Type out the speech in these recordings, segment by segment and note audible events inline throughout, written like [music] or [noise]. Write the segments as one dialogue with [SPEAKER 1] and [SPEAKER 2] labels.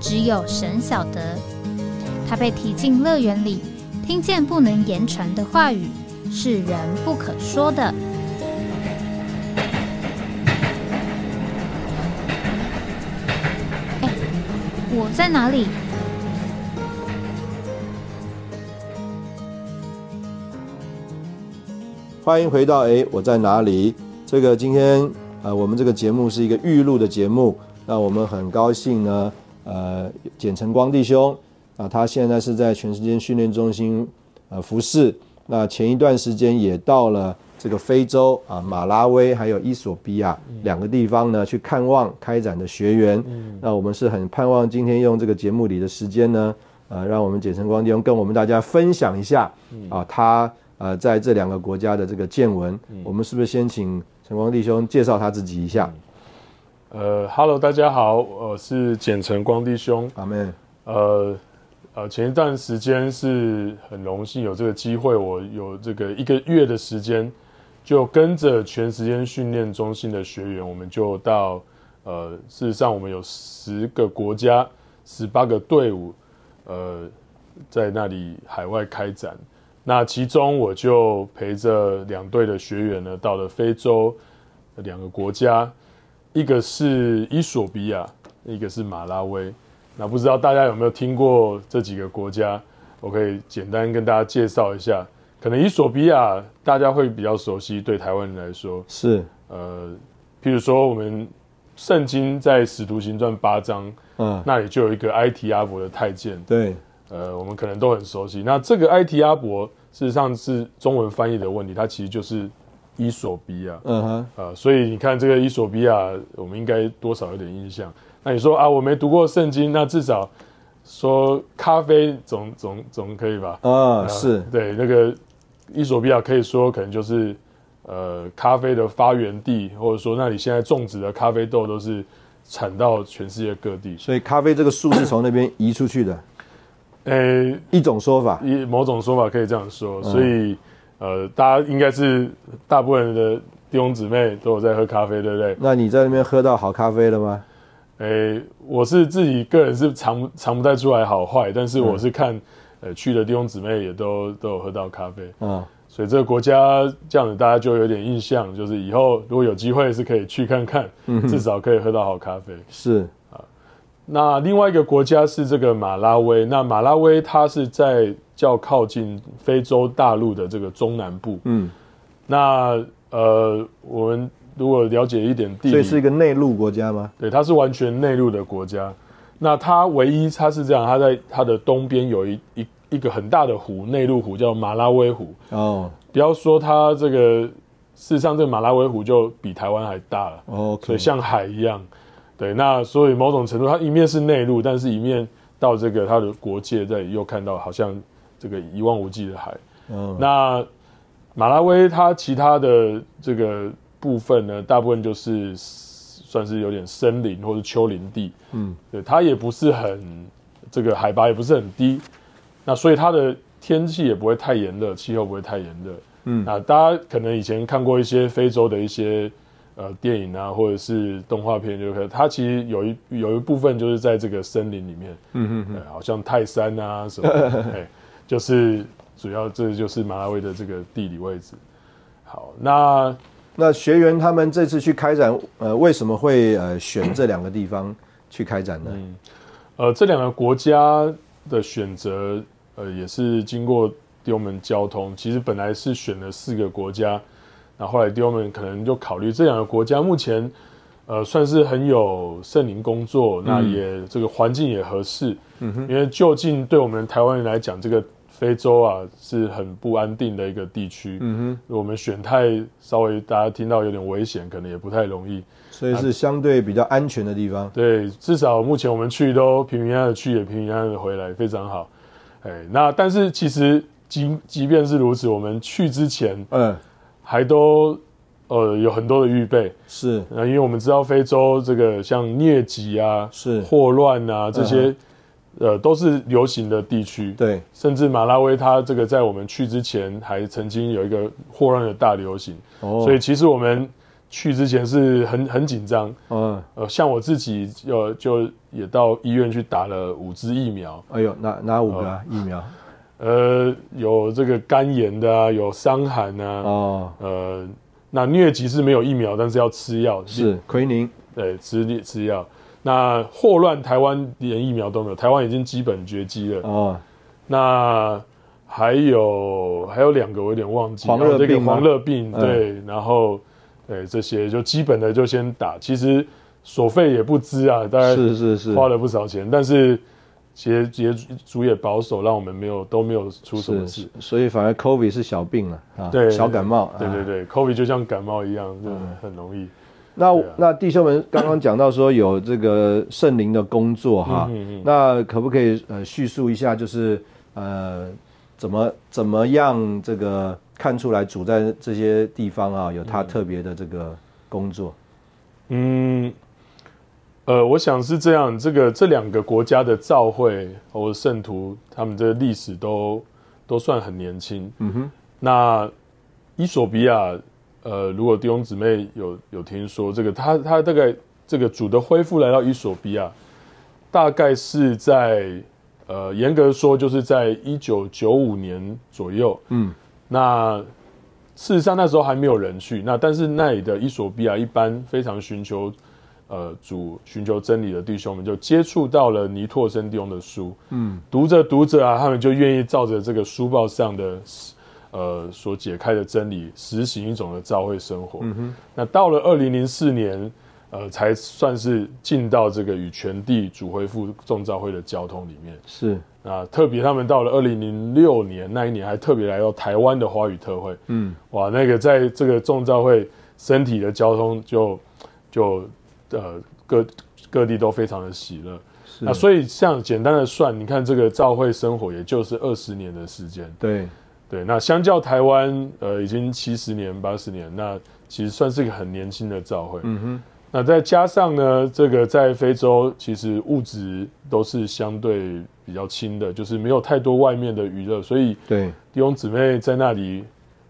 [SPEAKER 1] 只有神晓得。他被提进乐园里，听见不能言传的话语，是人不可说的。哎我在哪里？
[SPEAKER 2] 欢迎回到诶，我在哪里？这个今天呃，我们这个节目是一个预录的节目，那我们很高兴呢，呃，简晨光弟兄啊，他现在是在全时间训练中心呃服侍，那前一段时间也到了这个非洲啊、马拉威还有伊索比亚两个地方呢去看望开展的学员，那我们是很盼望今天用这个节目里的时间呢，呃，让我们简晨光弟兄跟我们大家分享一下
[SPEAKER 3] 嗯
[SPEAKER 2] 啊，他。呃，在这两个国家的这个见闻，
[SPEAKER 3] 嗯
[SPEAKER 2] 我们是不是先请晨光弟兄介绍他自己一下？
[SPEAKER 3] 嗯呃，Hello，大家好，我是简晨光弟兄。
[SPEAKER 2] 阿门。
[SPEAKER 3] 呃呃，前一段时间是很荣幸有这个机会，我有这个一个月的时间，就跟着全时间训练中心的学员，我们就到呃，事实上我们有十个国家，十八个队伍，呃，在那里海外开展。那其中我就陪着两队的学员呢，到了非洲两个国家，一个是伊索比亚，一个是马拉维。那不知道大家有没有听过这几个国家？我可以简单跟大家介绍一下。可能伊索比亚大家会比较熟悉，对台湾人来说，
[SPEAKER 2] 是，
[SPEAKER 3] 呃，譬如说我们圣经在《使徒行传》八章
[SPEAKER 2] 嗯，
[SPEAKER 3] 那里就有一个埃提阿伯的太监，
[SPEAKER 2] 对，
[SPEAKER 3] 呃，我们可能都很熟悉。那这个埃提阿伯事实上是中文翻译的问题，它其实就是伊索比亚。
[SPEAKER 2] 嗯哼，
[SPEAKER 3] 呃，所以你看这个伊索比亚，我们应该多少有点印象。那你说啊，我没读过圣经，那至少说咖啡总总总可以吧？
[SPEAKER 2] 啊，
[SPEAKER 3] 呃
[SPEAKER 2] 是，
[SPEAKER 3] 对那个伊索比亚可以说可能就是呃咖啡的发源地，或者说那里现在种植的咖啡豆都是产到全世界各地。
[SPEAKER 2] 所以咖啡这个树是从那边移出去的，
[SPEAKER 3] 诶、
[SPEAKER 2] 一种说法。
[SPEAKER 3] 哎一某种说法可以这样说，
[SPEAKER 2] 嗯
[SPEAKER 3] 所以呃，大家应该是大部分的弟兄姊妹都有在喝咖啡，对不对？
[SPEAKER 2] 那你在那边喝到好咖啡了吗？
[SPEAKER 3] 诶、我是自己个人是尝不尝不太出来好坏，但是
[SPEAKER 2] 嗯
[SPEAKER 3] 我是看、呃去的弟兄姊妹也都都有喝到咖啡，
[SPEAKER 2] 嗯，
[SPEAKER 3] 所以这个国家这样子大家就有点印象，就是以后如果有机会是可以去看看，
[SPEAKER 2] 嗯
[SPEAKER 3] 至少可以喝到好咖啡。
[SPEAKER 2] 是，
[SPEAKER 3] 那另外一个国家是这个马拉威，那马拉威它是在较靠近非洲大陆的这个中南部，
[SPEAKER 2] 嗯，
[SPEAKER 3] 那呃，我们如果了解一点地
[SPEAKER 2] 所以
[SPEAKER 3] 理，
[SPEAKER 2] 是一个内陆国家吗？
[SPEAKER 3] 对，它是完全内陆的国家。那它唯一它是这样，它在它的东边有一一一个很大的湖，内陆湖叫马拉威湖。
[SPEAKER 2] 哦
[SPEAKER 3] 不要说它这个，事实上这个马拉威湖就比台湾还大了，所
[SPEAKER 2] ，OK，
[SPEAKER 3] 以像海一样。对，那所以某种程度，它一面是内陆，但是一面到这个它的国界这里又看到好像这个一望无际的海。
[SPEAKER 2] 嗯，
[SPEAKER 3] 那马拉维它其他的这个部分呢，大部分就是算是有点森林或者丘陵地，
[SPEAKER 2] 嗯，
[SPEAKER 3] 对，它也不是很这个海拔也不是很低，那所以它的天气也不会太炎热，气候不会太炎热，
[SPEAKER 2] 嗯
[SPEAKER 3] 那大家可能以前看过一些非洲的一些呃电影啊，或者是动画片，就可它其实有一有一部分就是在这个森林里面，
[SPEAKER 2] 嗯
[SPEAKER 3] 呃，好像泰山啊什么的，
[SPEAKER 2] [laughs]
[SPEAKER 3] 哎，就是主要这就是马拉维的这个地理位置。好，那
[SPEAKER 2] 那学员他们这次去开展，呃，为什么会呃选这两个地方去开展呢？
[SPEAKER 3] 呃这两个国家的选择，呃也是经过弟兄们交通，其实本来是选了四个国家，那后来弟兄们可能就考虑这两个国家目前。呃，算是很有圣灵工作，那也、这个环境也合适，因为就近对我们台湾人来讲，这个非洲啊是很不安定的一个地区，
[SPEAKER 2] 嗯
[SPEAKER 3] 我们选太稍微大家听到有点危险，可能也不太容易。
[SPEAKER 2] 哼，所
[SPEAKER 3] 啊
[SPEAKER 2] 以是相对比较安全的地方。
[SPEAKER 3] 对，至少目前我们去都平平安安的去，也平平安安的回来，非常好。哎，那但是其实即即便是如此，我们去之前
[SPEAKER 2] 嗯，
[SPEAKER 3] 还都呃有很多的预备，
[SPEAKER 2] 是
[SPEAKER 3] 那、因为我们知道非洲这个像疟疾啊、
[SPEAKER 2] 是，
[SPEAKER 3] 霍乱啊这些，
[SPEAKER 2] 嗯
[SPEAKER 3] 呃都是流行的地区，
[SPEAKER 2] 对，
[SPEAKER 3] 甚至马拉维它这个在我们去之前还曾经有一个霍乱的大流行，
[SPEAKER 2] 哦，
[SPEAKER 3] 所以其实我们去之前是很很紧张。
[SPEAKER 2] 嗯，
[SPEAKER 3] 呃，像我自己，呃，就也到医院去打了五支疫苗，
[SPEAKER 2] 哎呦，哪哪五个、
[SPEAKER 3] 哦
[SPEAKER 2] 啊疫苗？
[SPEAKER 3] 呃，有这个肝炎的啊，有伤寒啊，
[SPEAKER 2] 哦，
[SPEAKER 3] 呃，那疟疾是没有疫苗，但是要吃药，，
[SPEAKER 2] 是奎宁，
[SPEAKER 3] 对，吃吃药。那霍乱台湾连疫苗都没有，台湾已经基本绝迹了。
[SPEAKER 2] 哦，
[SPEAKER 3] 那还有还有两个我有点忘记，
[SPEAKER 2] 黄热病
[SPEAKER 3] 哦这个
[SPEAKER 2] 吗
[SPEAKER 3] 黄热病，
[SPEAKER 2] 嗯
[SPEAKER 3] 对，然后对这些就基本的就先打，其实所费也不知啊，大概
[SPEAKER 2] 是是是，
[SPEAKER 3] 花了不少钱，但是其实也主也保守，让我们没有都没有出什么
[SPEAKER 2] 是
[SPEAKER 3] 事
[SPEAKER 2] 是。，所以反而 COVID 是小病了啊，
[SPEAKER 3] 对
[SPEAKER 2] 小感冒，
[SPEAKER 3] 对对
[SPEAKER 2] 啊。嗯
[SPEAKER 3] 对，COVID 就像感冒一样，就是很容易。
[SPEAKER 2] 那、
[SPEAKER 3] 对啊
[SPEAKER 2] 那弟兄们刚刚讲到说有这个圣灵的工作哈，
[SPEAKER 3] 嗯嗯嗯
[SPEAKER 2] 那可不可以呃叙述一下，就是呃怎么怎么样这个看出来主在这些地方啊有他特别的这个工作？
[SPEAKER 3] 嗯，呃，我想是这样，这个这两个国家的教会或者圣徒，他们的历史都都算很年轻。
[SPEAKER 2] 嗯哼，
[SPEAKER 3] 那伊索比亚，呃，如果弟兄姊妹有有听说这个，他他大概这个主的恢复来到伊索比亚，大概是在呃，严格说就是在一九九五年左右。
[SPEAKER 2] 嗯，
[SPEAKER 3] 那事实上那时候还没有人去，那但是那里的伊索比亚一般非常寻求。呃，主寻求真理的弟兄们就接触到了尼拓生弟兄的书，
[SPEAKER 2] 嗯，
[SPEAKER 3] 读着读着啊，他们就愿意照着这个书报上的呃所解开的真理，实行一种的教会生活。那到了二零零四年，呃，才算是进到这个与全地主恢复众教会的交通里面。
[SPEAKER 2] 是
[SPEAKER 3] 啊，特别他们到了二零零六年那一年，还特别来到台湾的华语特会。
[SPEAKER 2] 嗯，
[SPEAKER 3] 哇，那个在这个众教会身体的交通就就呃各各地都非常的喜乐。
[SPEAKER 2] 是，
[SPEAKER 3] 那所以像简单的算，你看这个教会生活也就是二十年的时间。
[SPEAKER 2] 对
[SPEAKER 3] 对，那相较台湾，呃，已经七十年、八十年，那其实算是一个很年轻的教会。
[SPEAKER 2] 嗯哼，
[SPEAKER 3] 那再加上呢，这个在非洲其实物质都是相对比较轻的，就是没有太多外面的娱乐，所以
[SPEAKER 2] 对
[SPEAKER 3] 弟兄姊妹在那里，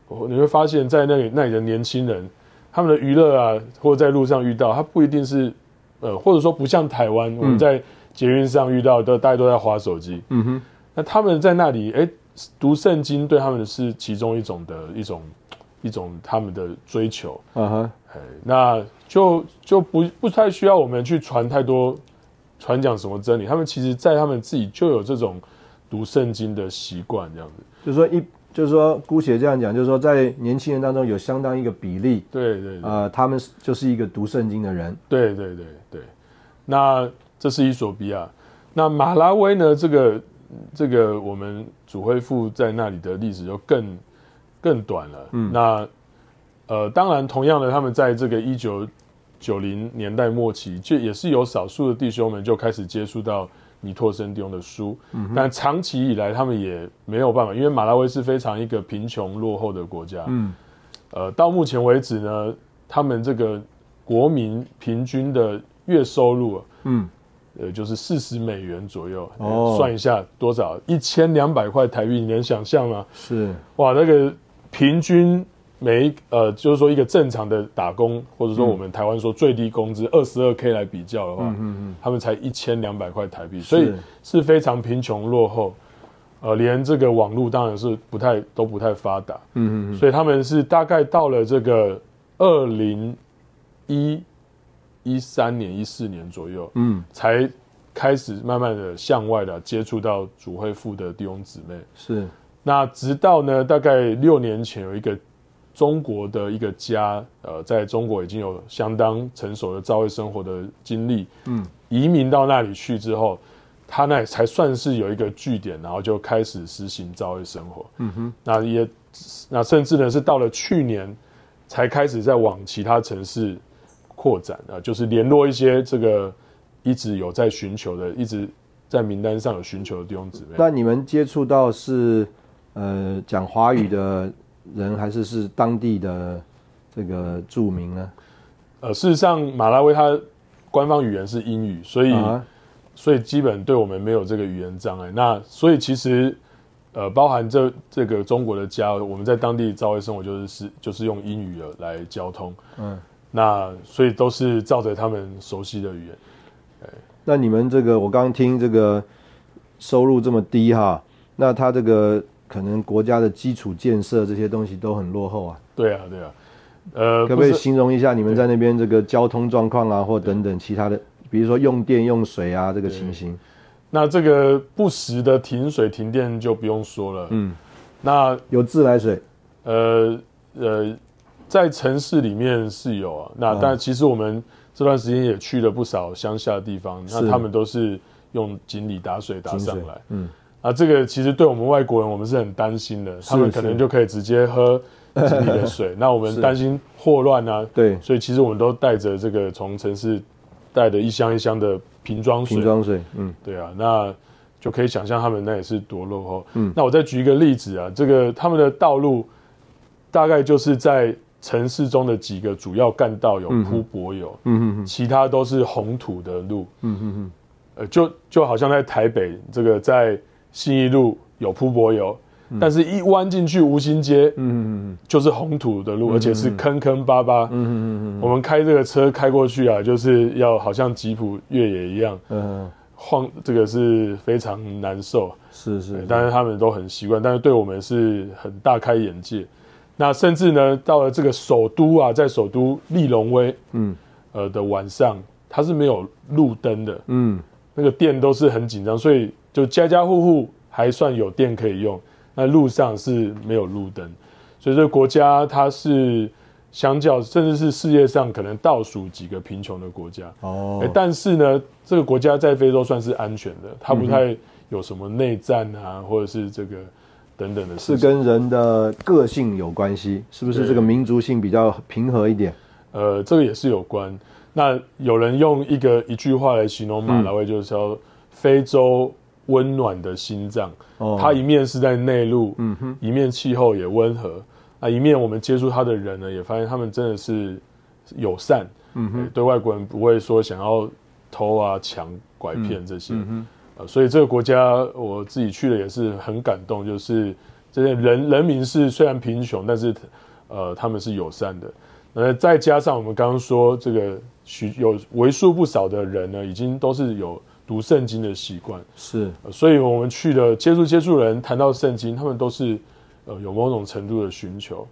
[SPEAKER 3] 哦你会发现在那里那里的年轻人，他们的娱乐啊，或者在路上遇到，他不一定是，呃，或者说不
[SPEAKER 2] 嗯
[SPEAKER 3] 像台湾，我们在捷运上遇到的，大家都在划手机。
[SPEAKER 2] 嗯哼，
[SPEAKER 3] 那他们在那里，哎，读圣经对他们是其中一种的一种一种他们的追求，
[SPEAKER 2] 啊哈，
[SPEAKER 3] 哎，那就就不不太需要我们去传太多传讲什么真理，他们其实在他们自己就有这种读圣经的习惯，这样子。
[SPEAKER 2] 就是说一，就是说姑且这样讲，就是说在年轻人当中有相当一个比例，
[SPEAKER 3] 对对对
[SPEAKER 2] 呃，他们是就是一个读圣经的人，
[SPEAKER 3] 对对对对，那这是伊索比亚，那马拉维呢？这个这个我们主恢复在那里的历史就更更短了。嗯，那呃，当然，同样的，他们在这个一九九零年代末期，就也是有少数的弟兄们就开始接触到尼托生弟兄的书，
[SPEAKER 2] 嗯
[SPEAKER 3] 但长期以来他们也没有办法，因为马拉维是非常一个贫穷落后的国家。
[SPEAKER 2] 嗯，
[SPEAKER 3] 呃，到目前为止呢，他们这个国民平均的月收入啊，
[SPEAKER 2] 嗯，
[SPEAKER 3] 呃，就是四十美元左右。呃
[SPEAKER 2] 哦
[SPEAKER 3] 算一下多少？一千两百块台币，你能想象吗？
[SPEAKER 2] 是
[SPEAKER 3] 哇，那个平均每一呃，就是说一个正常的打工，或
[SPEAKER 2] 嗯
[SPEAKER 3] 者说我们台湾说最低工资二十二 k 来比较的话，
[SPEAKER 2] 嗯
[SPEAKER 3] 他们才一千两百块台币，所以是非常贫穷落后。呃，连这个网络当然是不太都不太发达，
[SPEAKER 2] 嗯嗯
[SPEAKER 3] 所以他们是大概到了这个二零一一三年、一四年左右，
[SPEAKER 2] 嗯，
[SPEAKER 3] 才开始慢慢的向外的接触到主会父的弟兄姊妹。
[SPEAKER 2] 是
[SPEAKER 3] 那直到呢，大概六年前有一个中国的一个家，呃，在中国已经有相当成熟的教会生活的经历，
[SPEAKER 2] 嗯，
[SPEAKER 3] 移民到那里去之后，他那里才算是有一个据点，然后就开始实行造业生活。嗯哼，那也那甚至呢是到了去年才开始在往其他城市扩展啊，就是联络一些这个一直有在寻求的，一直在名单上有寻求的弟兄姊妹。
[SPEAKER 2] 那你们接触到是呃讲华语的人，还是是当地的这个著名呢？
[SPEAKER 3] 呃，事实上马拉维它官方语言是英语，所以、
[SPEAKER 2] 啊，
[SPEAKER 3] 所以基本对我们没有这个语言障碍。那所以其实，呃，包含这这个中国的家，我们在当地教会生活就是是就是用英语的来交通。
[SPEAKER 2] 嗯，
[SPEAKER 3] 那所以都是照着他们熟悉的语言。
[SPEAKER 2] 那你们这个我刚刚听这个收入这么低哈，那他这个可能国家的基础建设这些东西都很落后啊，
[SPEAKER 3] 对啊，对啊。呃，
[SPEAKER 2] 可不可以
[SPEAKER 3] 是
[SPEAKER 2] 形容一下你们在那边这个交通状况啊，或等等其他的，比如说用电用水啊这个情形？
[SPEAKER 3] 那这个不时的停水停电就不用说了。
[SPEAKER 2] 嗯，
[SPEAKER 3] 那
[SPEAKER 2] 有自来水，
[SPEAKER 3] 呃呃，在城市里面是有啊，那、
[SPEAKER 2] 嗯
[SPEAKER 3] 但其实我们这段时间也去了不少乡下的地方，那
[SPEAKER 2] 是
[SPEAKER 3] 他们都是用井里打水打
[SPEAKER 2] 井
[SPEAKER 3] 上
[SPEAKER 2] 水
[SPEAKER 3] 来。，
[SPEAKER 2] 嗯，
[SPEAKER 3] 啊，这个其实对我们外国人，我们是很担心的，他们可能就可以直接喝井里的水，那我们
[SPEAKER 2] 是
[SPEAKER 3] 担心霍乱啊，
[SPEAKER 2] 对，
[SPEAKER 3] 所以其实我们都带着这个从城市带的一箱一箱的瓶装水
[SPEAKER 2] 瓶，装水，嗯，
[SPEAKER 3] 对啊，那就可以想象他们那也是多落后。
[SPEAKER 2] 嗯
[SPEAKER 3] 那我再举一个例子啊，这个他们的道路大概就是在城市中的几个主要干道有
[SPEAKER 2] 嗯
[SPEAKER 3] 铺
[SPEAKER 2] 哼
[SPEAKER 3] 柏油，
[SPEAKER 2] 嗯哼哼，
[SPEAKER 3] 其他都是红土的路。
[SPEAKER 2] 嗯哼哼，
[SPEAKER 3] 呃，就就好像在台北这个在信义路有铺柏油，但是一弯进去吴兴街
[SPEAKER 2] 嗯哼哼，
[SPEAKER 3] 就是红土的路，而且是坑坑巴巴。
[SPEAKER 2] 嗯哼哼
[SPEAKER 3] 我们开这个车开过去啊，就是要好像吉普越野一样
[SPEAKER 2] 哼，嗯，
[SPEAKER 3] 晃，这个是非常难受。
[SPEAKER 2] 是
[SPEAKER 3] 对
[SPEAKER 2] 是，
[SPEAKER 3] 但是他们都很习惯，但是对我们是很大开眼界。那甚至呢，到了这个首都啊，在首都利隆威
[SPEAKER 2] 嗯
[SPEAKER 3] 呃的晚上，它是没有路灯的，
[SPEAKER 2] 嗯，
[SPEAKER 3] 那个电都是很紧张，所以就家家户户还算有电可以用。那路上是没有路灯，所以这个国家它是相较甚至是世界上可能倒数几个贫穷的国家、诶
[SPEAKER 2] 哦，
[SPEAKER 3] 但是呢，这个国家在非洲算是安全的，它不太有什么内战啊，或者是这个等等的事
[SPEAKER 2] 嗯是
[SPEAKER 3] 情。
[SPEAKER 2] 跟人的个性有关系，是不是
[SPEAKER 3] 对
[SPEAKER 2] 这个民族性比较平和一点？
[SPEAKER 3] 呃，这个也是有关。那有人用一个一句话来形容
[SPEAKER 2] 嗯
[SPEAKER 3] 马拉维，就是说、非洲温暖的心脏。
[SPEAKER 2] 哦，
[SPEAKER 3] 它一面是在内陆，
[SPEAKER 2] 嗯哼，
[SPEAKER 3] 一面气候也温和，啊，一面我们接触它的人呢，也发现他们真的是友善，
[SPEAKER 2] 嗯
[SPEAKER 3] 呃对外国人不会说想要偷啊、抢、拐骗这些、
[SPEAKER 2] 嗯哼，
[SPEAKER 3] 呃所以这个国家我自己去了也是很感动，就是这些人人民是虽然贫穷，但是呃他们是友善的。那再加上我们刚刚说这个许有为数不少的人呢，已经都是有读圣经的习惯，
[SPEAKER 2] 是，
[SPEAKER 3] 呃所以我们去的接触接触人，谈到圣经，他们都是呃有某种程度的寻求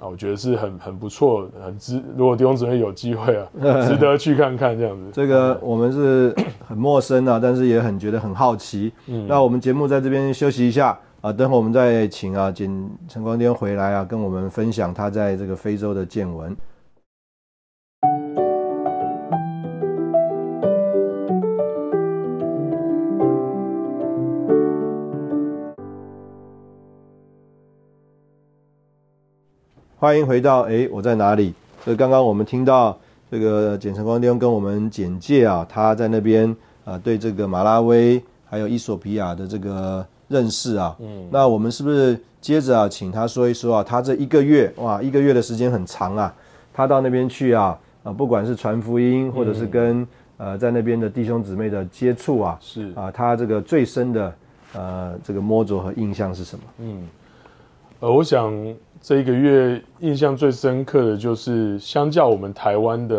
[SPEAKER 3] 啊，我觉得是很很不错，很值。如果弟兄姊妹有机会啊，值得去看看这样子。
[SPEAKER 2] 这个我们是很陌生啊，但是也很觉得很好奇。嗯，那我们节目在这边休息一下啊，等会我们再请啊简陈光天回来啊，跟我们分享他在这个非洲的见闻。欢迎回到诶，我在哪里？所以刚刚我们听到这个简晨光弟兄跟我们简介啊，他在那边啊、对这个马拉威还有伊索比亚的这个认识啊，嗯，那我们是不是接着啊，请他说一说啊，他这一个月哇，一个月的时间很长啊，他到那边去啊啊，不管是传福音或者是跟、呃在那边的弟兄姊妹的接触啊，
[SPEAKER 3] 是
[SPEAKER 2] 啊，他这个最深的呃这个摸着和印象是什么？
[SPEAKER 3] 呃，我想这一个月印象最深刻的就是，相较我们台湾的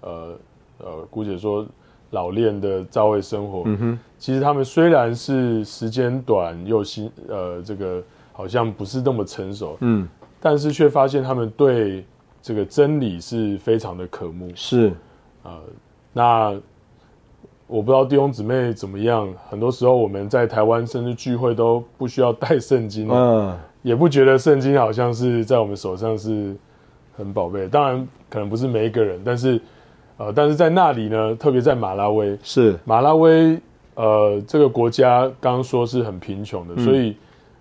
[SPEAKER 3] 呃呃，姑且说老练的教会生活，
[SPEAKER 2] 嗯哼，
[SPEAKER 3] 其实他们虽然是时间短又新呃，这个好像不是那么成熟，
[SPEAKER 2] 嗯，
[SPEAKER 3] 但是却发现他们对这个真理是非常的渴慕。
[SPEAKER 2] 是，
[SPEAKER 3] 那我不知道弟兄姊妹怎么样，很多时候我们在台湾甚至聚会都不需要带圣经，
[SPEAKER 2] 嗯、
[SPEAKER 3] 也不觉得圣经好像是在我们手上是很宝贝。当然，可能不是每一个人，但是呃，但是在那里呢，特别在马拉维，
[SPEAKER 2] 是，
[SPEAKER 3] 马拉维呃，这个国家刚刚说是很贫穷的，所以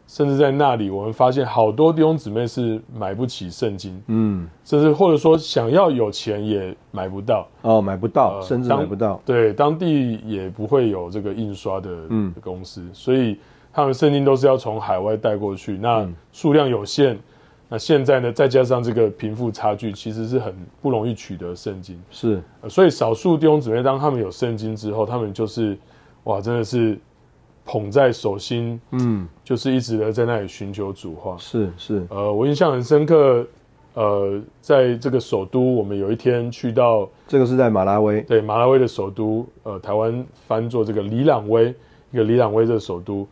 [SPEAKER 3] 甚至在那里，我们发现好多弟兄姊妹是买不起圣经，
[SPEAKER 2] 嗯，
[SPEAKER 3] 甚至或者说想要有钱也买不到。
[SPEAKER 2] 哦，买不到，
[SPEAKER 3] 呃
[SPEAKER 2] 甚至
[SPEAKER 3] 当
[SPEAKER 2] 买不到，
[SPEAKER 3] 对，当地也不会有这个印刷的
[SPEAKER 2] 嗯
[SPEAKER 3] 公司，所以他们圣经都是要从海外带过去，
[SPEAKER 2] 嗯
[SPEAKER 3] 那数量有限。那现在呢，再加上这个贫富差距，其实是很不容易取得圣经。
[SPEAKER 2] 是
[SPEAKER 3] 呃所以少数弟兄姊妹，当他们有圣经之后，他们就是哇，真的是捧在手心，
[SPEAKER 2] 嗯，
[SPEAKER 3] 就是一直的在那里寻求主话。
[SPEAKER 2] 是是，
[SPEAKER 3] 呃，我印象很深刻，呃，在这个首都，我们有一天去到
[SPEAKER 2] 这个是在马拉维，
[SPEAKER 3] 对马拉维的首都，呃，台湾翻作这个里朗威，一个里朗威的首都。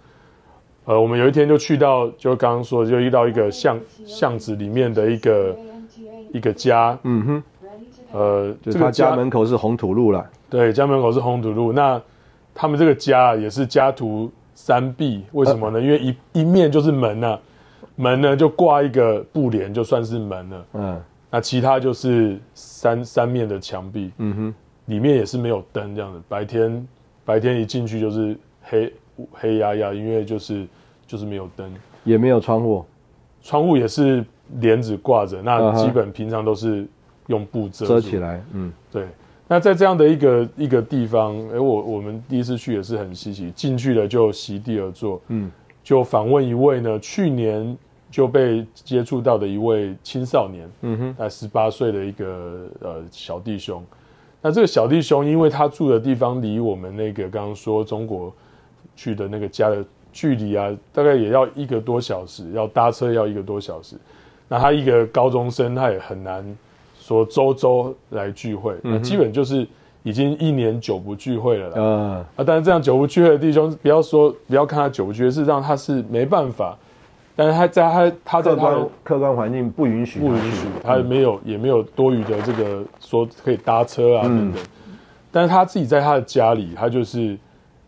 [SPEAKER 3] 呃，我们有一天就去到，就刚刚说的，就遇到一个巷巷子里面的一个一个家，
[SPEAKER 2] 嗯哼，
[SPEAKER 3] 呃，
[SPEAKER 2] 就
[SPEAKER 3] 这
[SPEAKER 2] 是
[SPEAKER 3] 个
[SPEAKER 2] 嗯他家门口是红土路了，
[SPEAKER 3] 对，家门口是红土路。那他们这个家也是家徒三壁，为什么
[SPEAKER 2] 呃
[SPEAKER 3] 呢？因为一一面就是门呐、门呢就挂一个布帘，就算是门了。
[SPEAKER 2] 嗯
[SPEAKER 3] 那其他就是三三面的墙壁，
[SPEAKER 2] 嗯哼，
[SPEAKER 3] 里面也是没有灯这样的。白天白天一进去就是黑黑压压，因为就是就是没有灯，
[SPEAKER 2] 也没有窗户
[SPEAKER 3] 窗户也是帘子挂着，那
[SPEAKER 2] 嗯哼
[SPEAKER 3] 基本平常都是用布遮
[SPEAKER 2] 遮
[SPEAKER 3] 住
[SPEAKER 2] 起来，嗯
[SPEAKER 3] 对，那在这样的一个一个地方，哎、我我们第一次去也是很稀奇，进去了就席地而坐，
[SPEAKER 2] 嗯，
[SPEAKER 3] 就访问一位呢，去年就被接触到的一位青少年，
[SPEAKER 2] 嗯哼，
[SPEAKER 3] 大概十八岁的一个呃小弟兄。那这个小弟兄，因为他住的地方离我们那个刚刚说中国去的那个家的距离啊，大概也要一个多小时，要搭车要一个多小时。那他一个高中生，他也很难说周周来聚会，
[SPEAKER 2] 嗯
[SPEAKER 3] 那基本就是已经一年久不聚会了啦。
[SPEAKER 2] 呃，
[SPEAKER 3] 啊，但是这样久不聚会的弟兄，不要说不要看他久不聚会，事实上他是没办法。但是他在他他
[SPEAKER 2] 客
[SPEAKER 3] 在他的
[SPEAKER 2] 观客观环境不允许，
[SPEAKER 3] 不允许，他没有也没有多余的这个说可以搭车啊等等。但是他自己在他的家里，他就是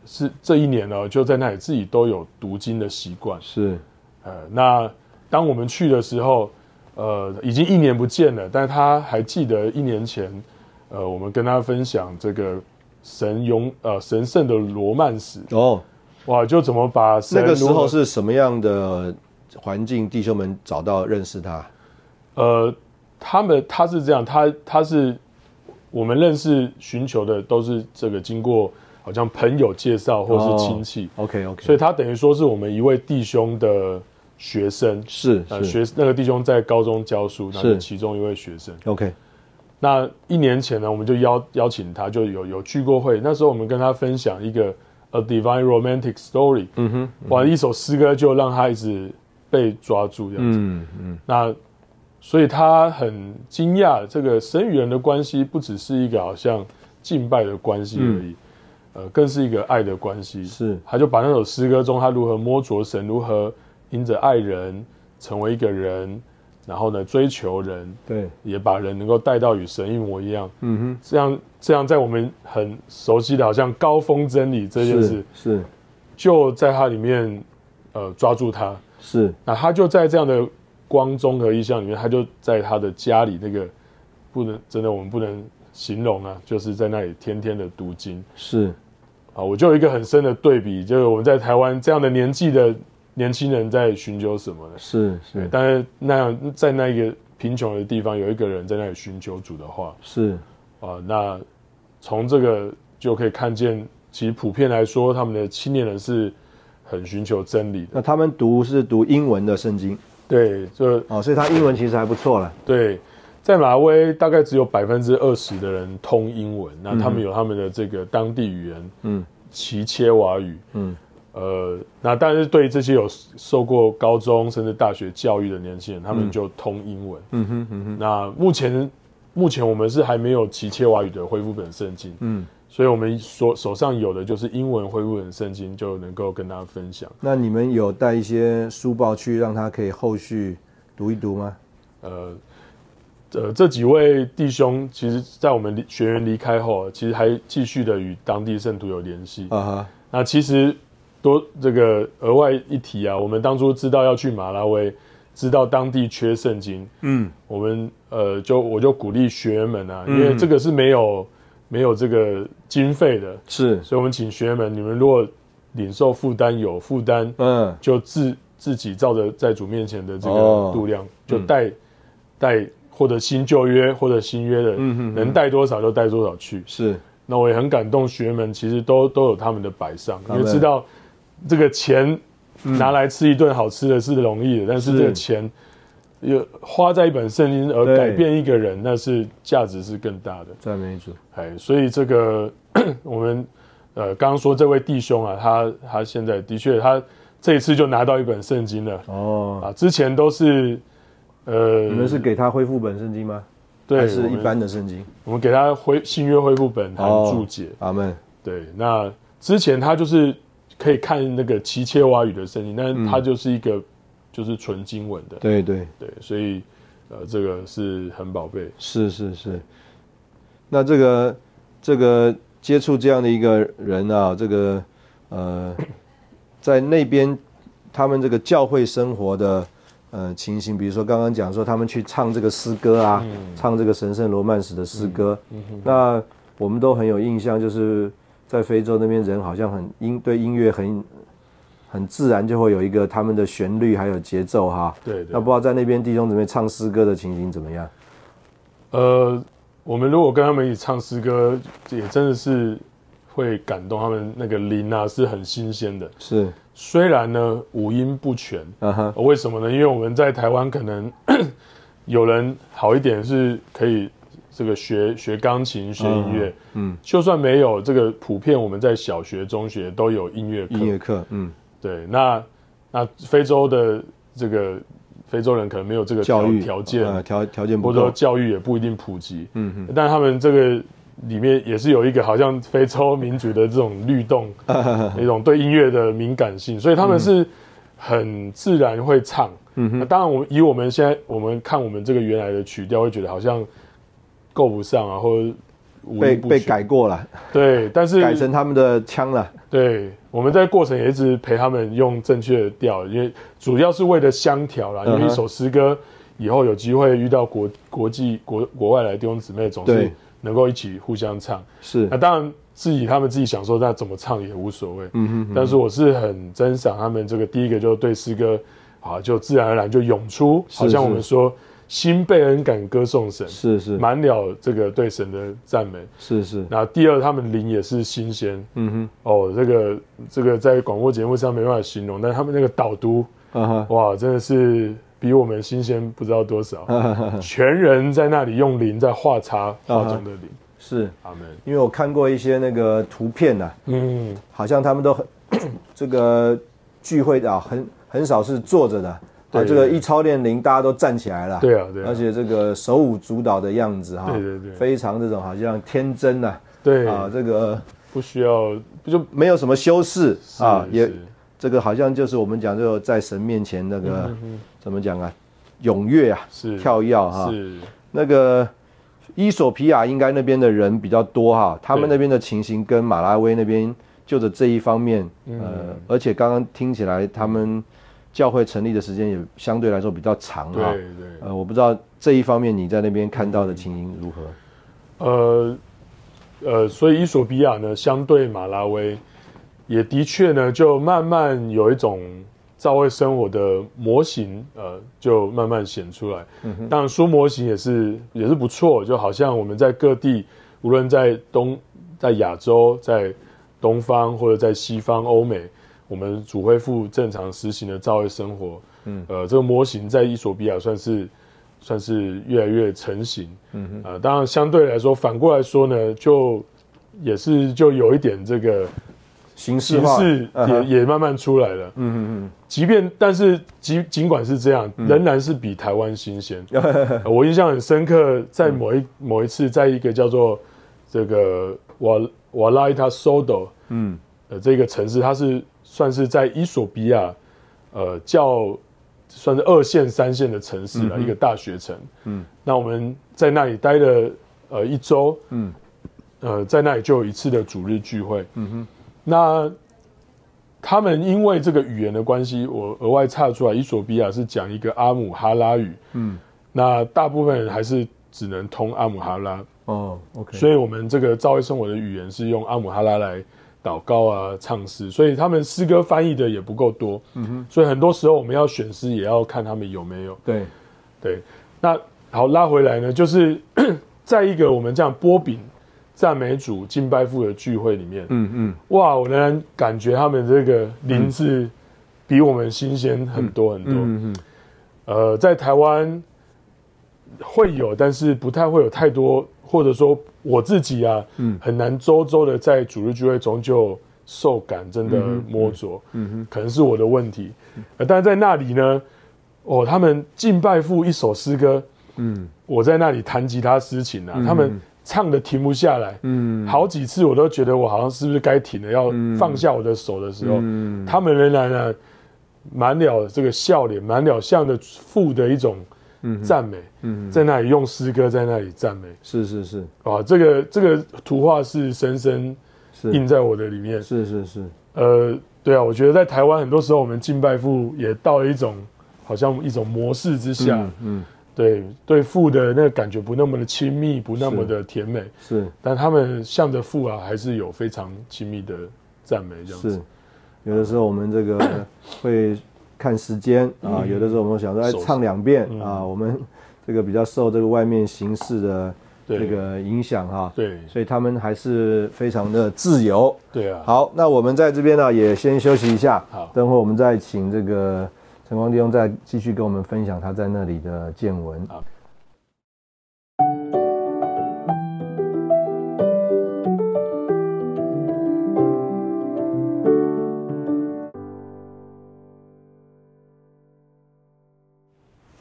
[SPEAKER 3] 是这一年呢、就在那里自己都有读经的习惯。
[SPEAKER 2] 是
[SPEAKER 3] 呃，那当我们去的时候，呃，已经一年不见了，但是他还记得一年前，呃，我们跟他分享这个神勇呃神圣的罗曼史，
[SPEAKER 2] 哦，
[SPEAKER 3] 哇，就怎么把神
[SPEAKER 2] 那个时
[SPEAKER 3] 如何
[SPEAKER 2] 候是什么样的环境，弟兄们找到认识他？
[SPEAKER 3] 呃，他们他是这样，他他是我们认识寻求的都是这个经过好像朋友介绍或是亲戚，
[SPEAKER 2] OK OK，
[SPEAKER 3] 所以他等于说是我们一位弟兄的学生，
[SPEAKER 2] 是
[SPEAKER 3] 呃，
[SPEAKER 2] 是
[SPEAKER 3] 学那个弟兄在高中教书，那是
[SPEAKER 2] 是
[SPEAKER 3] 其中一位学生。
[SPEAKER 2] OK，
[SPEAKER 3] 那一年前呢，我们就邀邀请他，就有有聚过会。那时候我们跟他分享一个《A Divine Romantic Story》，
[SPEAKER 2] 嗯哼，
[SPEAKER 3] 哇，一首诗歌就让他一直被抓住这样子。
[SPEAKER 2] 嗯嗯，
[SPEAKER 3] 那所以他很惊讶，这个神与人的关系不只是一个好像敬拜的关系而已，呃，更是一个爱的关系。
[SPEAKER 2] 嗯是
[SPEAKER 3] 他就把那首诗歌中他如何摸着神，如何因着爱人成为一个人，然后呢追求人，
[SPEAKER 2] 对，
[SPEAKER 3] 也把人能够带到与神一模一样。
[SPEAKER 2] 嗯
[SPEAKER 3] 这样这样，在我们很熟悉的好像高峰真理这
[SPEAKER 2] 哼，
[SPEAKER 3] 件事
[SPEAKER 2] 是，是
[SPEAKER 3] 就在它里面呃抓住他。
[SPEAKER 2] 是
[SPEAKER 3] 那他就在这样的光中和意象里面，他就在他的家里那个不能真的我们不能形容啊，就是在那里天天的读经
[SPEAKER 2] 是，
[SPEAKER 3] 啊。我就有一个很深的对比，就是我们在台湾这样的年纪的年轻人在寻求什么呢？
[SPEAKER 2] 是
[SPEAKER 3] 对，
[SPEAKER 2] 是
[SPEAKER 3] 但是那样在那一个贫穷的地方，有一个人在那里寻求主的话
[SPEAKER 2] 是，
[SPEAKER 3] 啊，那从这个就可以看见，其实普遍来说，他们的青年人是很寻求真理的。
[SPEAKER 2] 那他们读是读英文的圣经
[SPEAKER 3] 对，就
[SPEAKER 2] 哦，所以他英文其实还不错了，
[SPEAKER 3] 对，在马威大概只有百分之二十的人通英文，那他们有他们的这个当地语言，
[SPEAKER 2] 嗯
[SPEAKER 3] 奇切瓦语，
[SPEAKER 2] 嗯，
[SPEAKER 3] 呃，那但是对于这些有受过高中甚至大学教育的年轻人，他们
[SPEAKER 2] 嗯
[SPEAKER 3] 就通英文。
[SPEAKER 2] 嗯哼嗯哼，
[SPEAKER 3] 那目前目前我们是还没有奇切瓦语的恢复本圣经，
[SPEAKER 2] 嗯，
[SPEAKER 3] 所以我们所手上有的就是英文恢复本圣经，就能够跟大家分享。
[SPEAKER 2] 那你们有带一些书报去让他可以后续读一读吗？
[SPEAKER 3] 呃，呃，这几位弟兄，其实，在我们离学员离开后，其实还继续的与当地圣徒有联系。
[SPEAKER 2] 啊哈，
[SPEAKER 3] 那其实多这个额外一提啊，我们当初知道要去马拉维，知道当地缺圣经，
[SPEAKER 2] 嗯，
[SPEAKER 3] 我们呃，就我就鼓励学员们啊，因为这个是没有没有这个经费的，
[SPEAKER 2] 是，
[SPEAKER 3] 所以我们请学员们，你们如果领受负担有负担，
[SPEAKER 2] 嗯，
[SPEAKER 3] 就自自己照着在主面前的这
[SPEAKER 2] 哦
[SPEAKER 3] 个度量，就带带、或者新旧约或者新约的，
[SPEAKER 2] 嗯嗯嗯
[SPEAKER 3] 能带多少就带多少去。
[SPEAKER 2] 是，
[SPEAKER 3] 那我也很感动，学员们其实都都有他们的摆上，因
[SPEAKER 2] 阿
[SPEAKER 3] 为
[SPEAKER 2] 们
[SPEAKER 3] 知道这个钱拿来吃一顿好吃的是容易的，但是
[SPEAKER 2] 是
[SPEAKER 3] 这个钱有花在一本圣经而
[SPEAKER 2] 对
[SPEAKER 3] 改变一个人，那是价值是更大的。
[SPEAKER 2] 赞美主，
[SPEAKER 3] 哎，所以这个 [coughs] 我们呃刚刚说这位弟兄啊，他他现在的确他这一次就拿到一本圣经了
[SPEAKER 2] 哦，
[SPEAKER 3] 啊，之前都是呃
[SPEAKER 2] 你们是给他恢复本圣经吗？
[SPEAKER 3] 对
[SPEAKER 2] 还是
[SPEAKER 3] 我
[SPEAKER 2] 一
[SPEAKER 3] 们
[SPEAKER 2] 般的圣经？
[SPEAKER 3] 我们给他恢新约恢复本和
[SPEAKER 2] 哦
[SPEAKER 3] 注解，
[SPEAKER 2] 阿门，
[SPEAKER 3] 对，那之前他就是可以看那个奇切瓦语的圣经，但
[SPEAKER 2] 嗯
[SPEAKER 3] 是他就是一个就是纯经文的，
[SPEAKER 2] 对对，
[SPEAKER 3] 对，所以呃这个是很宝贝，
[SPEAKER 2] 是是是。那这个这个接触这样的一个人啊，这个呃，在那边他们这个教会生活的呃情形，比如说刚刚讲说他们去唱这个诗歌啊，唱这个神圣罗曼史的诗歌，那我们都很有印象，就是在非洲那边人好像很音对音乐很。很自然就会有一个他们的旋律还有节奏哈，
[SPEAKER 3] 对对
[SPEAKER 2] 那不知道在那边弟兄姊妹唱诗歌的情形怎么样？
[SPEAKER 3] 呃，我们如果跟他们一起唱诗歌，也真的是会感动他们那个灵啊，是很新鲜的。
[SPEAKER 2] 是，
[SPEAKER 3] 虽然呢五音不全、
[SPEAKER 2] 啊哈，
[SPEAKER 3] 呃为什么呢？因为我们在台湾可能 [coughs] 有人好一点是可以这个学学钢琴、学音乐，
[SPEAKER 2] 嗯嗯
[SPEAKER 3] 就算没有这个，普遍我们在小学、中学都有音乐课，
[SPEAKER 2] 音乐课，嗯，
[SPEAKER 3] 对，那那非洲的这个非洲人可能没有这个
[SPEAKER 2] 教
[SPEAKER 3] 条
[SPEAKER 2] 育
[SPEAKER 3] 条件，
[SPEAKER 2] 呃条条件
[SPEAKER 3] 或
[SPEAKER 2] 不
[SPEAKER 3] 者说
[SPEAKER 2] 够，
[SPEAKER 3] 教育也不一定普及，
[SPEAKER 2] 嗯嗯，
[SPEAKER 3] 但他们这个里面也是有一个好像非洲民族的这种律
[SPEAKER 2] [laughs]
[SPEAKER 3] 动，一种对音乐的敏感性，所以他们是很自然会唱。
[SPEAKER 2] 嗯
[SPEAKER 3] 那当然，我们以我们现在我们看我们这个原来的曲调，会觉得好像够不上啊，或者五
[SPEAKER 2] 被
[SPEAKER 3] 音不
[SPEAKER 2] 被
[SPEAKER 3] 全
[SPEAKER 2] 改过了，
[SPEAKER 3] 对，但是
[SPEAKER 2] 改成他们的腔了，
[SPEAKER 3] 对，我们在过程也一直陪他们用正确的调，因为主要是为了相调啦。因
[SPEAKER 2] 嗯哼
[SPEAKER 3] 为一首诗歌以后有机会遇到国国际国国外来的弟兄姊妹，总
[SPEAKER 2] 对
[SPEAKER 3] 是能够一起互相唱。
[SPEAKER 2] 是
[SPEAKER 3] 那，当然自己他们自己想说，那怎么唱也无所谓。
[SPEAKER 2] 嗯哼，
[SPEAKER 3] 但是我是很珍赏他们这个第一个就对诗歌啊，就自然而然就涌出，
[SPEAKER 2] 是
[SPEAKER 3] 好像我
[SPEAKER 2] 是
[SPEAKER 3] 们说心被恩感歌颂神，
[SPEAKER 2] 是是
[SPEAKER 3] 满了这个对神的赞美。
[SPEAKER 2] 是是，
[SPEAKER 3] 那第二，他们灵也是新鲜，
[SPEAKER 2] 嗯
[SPEAKER 3] 哦，这个这个在广播节目上没办法形容，但他们那个导读，
[SPEAKER 2] 哼，啊哈
[SPEAKER 3] 哇，真的是比我们新鲜不知道
[SPEAKER 2] [laughs]
[SPEAKER 3] 多少。
[SPEAKER 2] 啊哈哈哈，
[SPEAKER 3] 全人在那里用灵在画叉
[SPEAKER 2] 啊
[SPEAKER 3] 画中的灵，
[SPEAKER 2] 是
[SPEAKER 3] 阿门。
[SPEAKER 2] 因为我看过一些那个图片呐、
[SPEAKER 3] 嗯，
[SPEAKER 2] 好像他们都很 [coughs] 这个聚会啊，很很少是坐着的，啊，
[SPEAKER 3] 对
[SPEAKER 2] 这个一操练铃，大家都站起来了，
[SPEAKER 3] 对啊，对啊
[SPEAKER 2] 而，且这个手舞足蹈的样子哈，
[SPEAKER 3] 对对对
[SPEAKER 2] 非常这种好像天真呐、
[SPEAKER 3] 对，
[SPEAKER 2] 啊，这个
[SPEAKER 3] 不需要就
[SPEAKER 2] 没有什么修饰啊，
[SPEAKER 3] 是
[SPEAKER 2] 也
[SPEAKER 3] 是
[SPEAKER 2] 这个好像就是我们讲这个在神面前那个、怎么讲啊，踊跃啊，
[SPEAKER 3] 嗯是
[SPEAKER 2] 跳跃哈、
[SPEAKER 3] 是
[SPEAKER 2] 那个伊索皮亚应该那边的人比较多哈、他们
[SPEAKER 3] 对
[SPEAKER 2] 那边的情形跟马拉维那边就着这一方面，
[SPEAKER 3] 嗯
[SPEAKER 2] 呃，而且刚刚听起来他们教会成立的时间也相对来说比较长
[SPEAKER 3] 对
[SPEAKER 2] 哈、
[SPEAKER 3] 对。
[SPEAKER 2] 呃，我不知道这一方面你在那边看到的情形如何？
[SPEAKER 3] 呃呃，所以伊索比亚呢，相对马拉维，也的确呢，就慢慢有一种教会生活的模型，呃，就慢慢显出来。当然，书模型也是也是不错，就好像我们在各地，无论在东在亚洲，在东方或者在西方欧美，我们主恢复正常实行的教会生活，嗯，呃，这个模型在伊索比亚算是算是越来越成型，嗯啊、当然相对来说，反过来说呢，就也是就有一点这个
[SPEAKER 2] 形式
[SPEAKER 3] 形
[SPEAKER 2] 化，
[SPEAKER 3] 式也、
[SPEAKER 2] 嗯哼
[SPEAKER 3] 也慢慢出来了，嗯嗯嗯，即便但是尽尽管是这样，仍然是比台湾新鲜、呃我印象很深刻，在某一、某一次，在一个叫做这个瓦瓦拉伊塔 Sodo，
[SPEAKER 2] 嗯，
[SPEAKER 3] 呃，这个城市它是算是在伊索比亚，呃，较算是二线、三线的城市了、一个大学城。嗯，那我们在那里待了呃一周，
[SPEAKER 2] 嗯
[SPEAKER 3] 嗯，呃，在那里就有一次的主日聚会。嗯哼，那他们因为这个语言的关系，我额外岔出来，伊索比亚是讲一个阿姆哈拉语。嗯，那大部分人还是只能通阿姆哈拉。
[SPEAKER 2] 哦，OK，
[SPEAKER 3] 所以我们这个造会生活的语言是用阿姆哈拉来祷告啊、唱诗，所以他们诗歌翻译的也不够多，嗯哼，所以很多时候我们要选诗，也要看他们有没有
[SPEAKER 2] 对，
[SPEAKER 3] 对。那好拉回来呢，就是 [coughs] 在一个我们这样波饼赞美主敬拜父的聚会里面，
[SPEAKER 2] 嗯嗯，
[SPEAKER 3] 哇，我仍然感觉他们这个灵是比我们新鲜很多很多，
[SPEAKER 2] 嗯嗯
[SPEAKER 3] 呃，在台湾会有，但是不太会有太多，或者说我自己啊，
[SPEAKER 2] 嗯
[SPEAKER 3] 很难周周的在主日聚会中就受感真的摸着，
[SPEAKER 2] 嗯哼，嗯
[SPEAKER 3] 可能是我的问题。呃但是在那里呢，哦，他们敬拜父一首诗歌，
[SPEAKER 2] 嗯
[SPEAKER 3] 我在那里弹吉他诗情啊，他们唱的停不下来，
[SPEAKER 2] 嗯，
[SPEAKER 3] 好几次我都觉得我好像是不是该停了，要放下我的手的时候，
[SPEAKER 2] 嗯
[SPEAKER 3] 他们仍然呢满了这个笑脸，满了向着父的一种赞美，
[SPEAKER 2] 嗯
[SPEAKER 3] 在那里用诗歌在那里赞美
[SPEAKER 2] 是是是
[SPEAKER 3] 啊，这个这个图画是深深印
[SPEAKER 2] 是
[SPEAKER 3] 在我的里面。
[SPEAKER 2] 是是是，
[SPEAKER 3] 呃，对啊，我觉得在台湾很多时候我们敬拜父也到了一种好像一种模式之下，
[SPEAKER 2] 嗯嗯
[SPEAKER 3] 对对父的那个感觉不那么的亲密，不那么的甜美。
[SPEAKER 2] 是
[SPEAKER 3] 但他们向着父啊，还是有非常亲密的赞美这样子
[SPEAKER 2] 是。，有的时候我们这个
[SPEAKER 3] [coughs]
[SPEAKER 2] 会看时间啊，有的时候我们想说哎
[SPEAKER 3] 嗯手嗯
[SPEAKER 2] 唱两遍啊，我们这个比较受这个外面形势的
[SPEAKER 3] 对
[SPEAKER 2] 这个影响哈，
[SPEAKER 3] 对
[SPEAKER 2] 所以他们还是非常的自由。
[SPEAKER 3] 对啊，
[SPEAKER 2] 好，那我们在这边呢、也先休息一下，
[SPEAKER 3] 好
[SPEAKER 2] 等会我们再请这个晨光弟兄再继续跟我们分享他在那里的见闻。
[SPEAKER 3] 好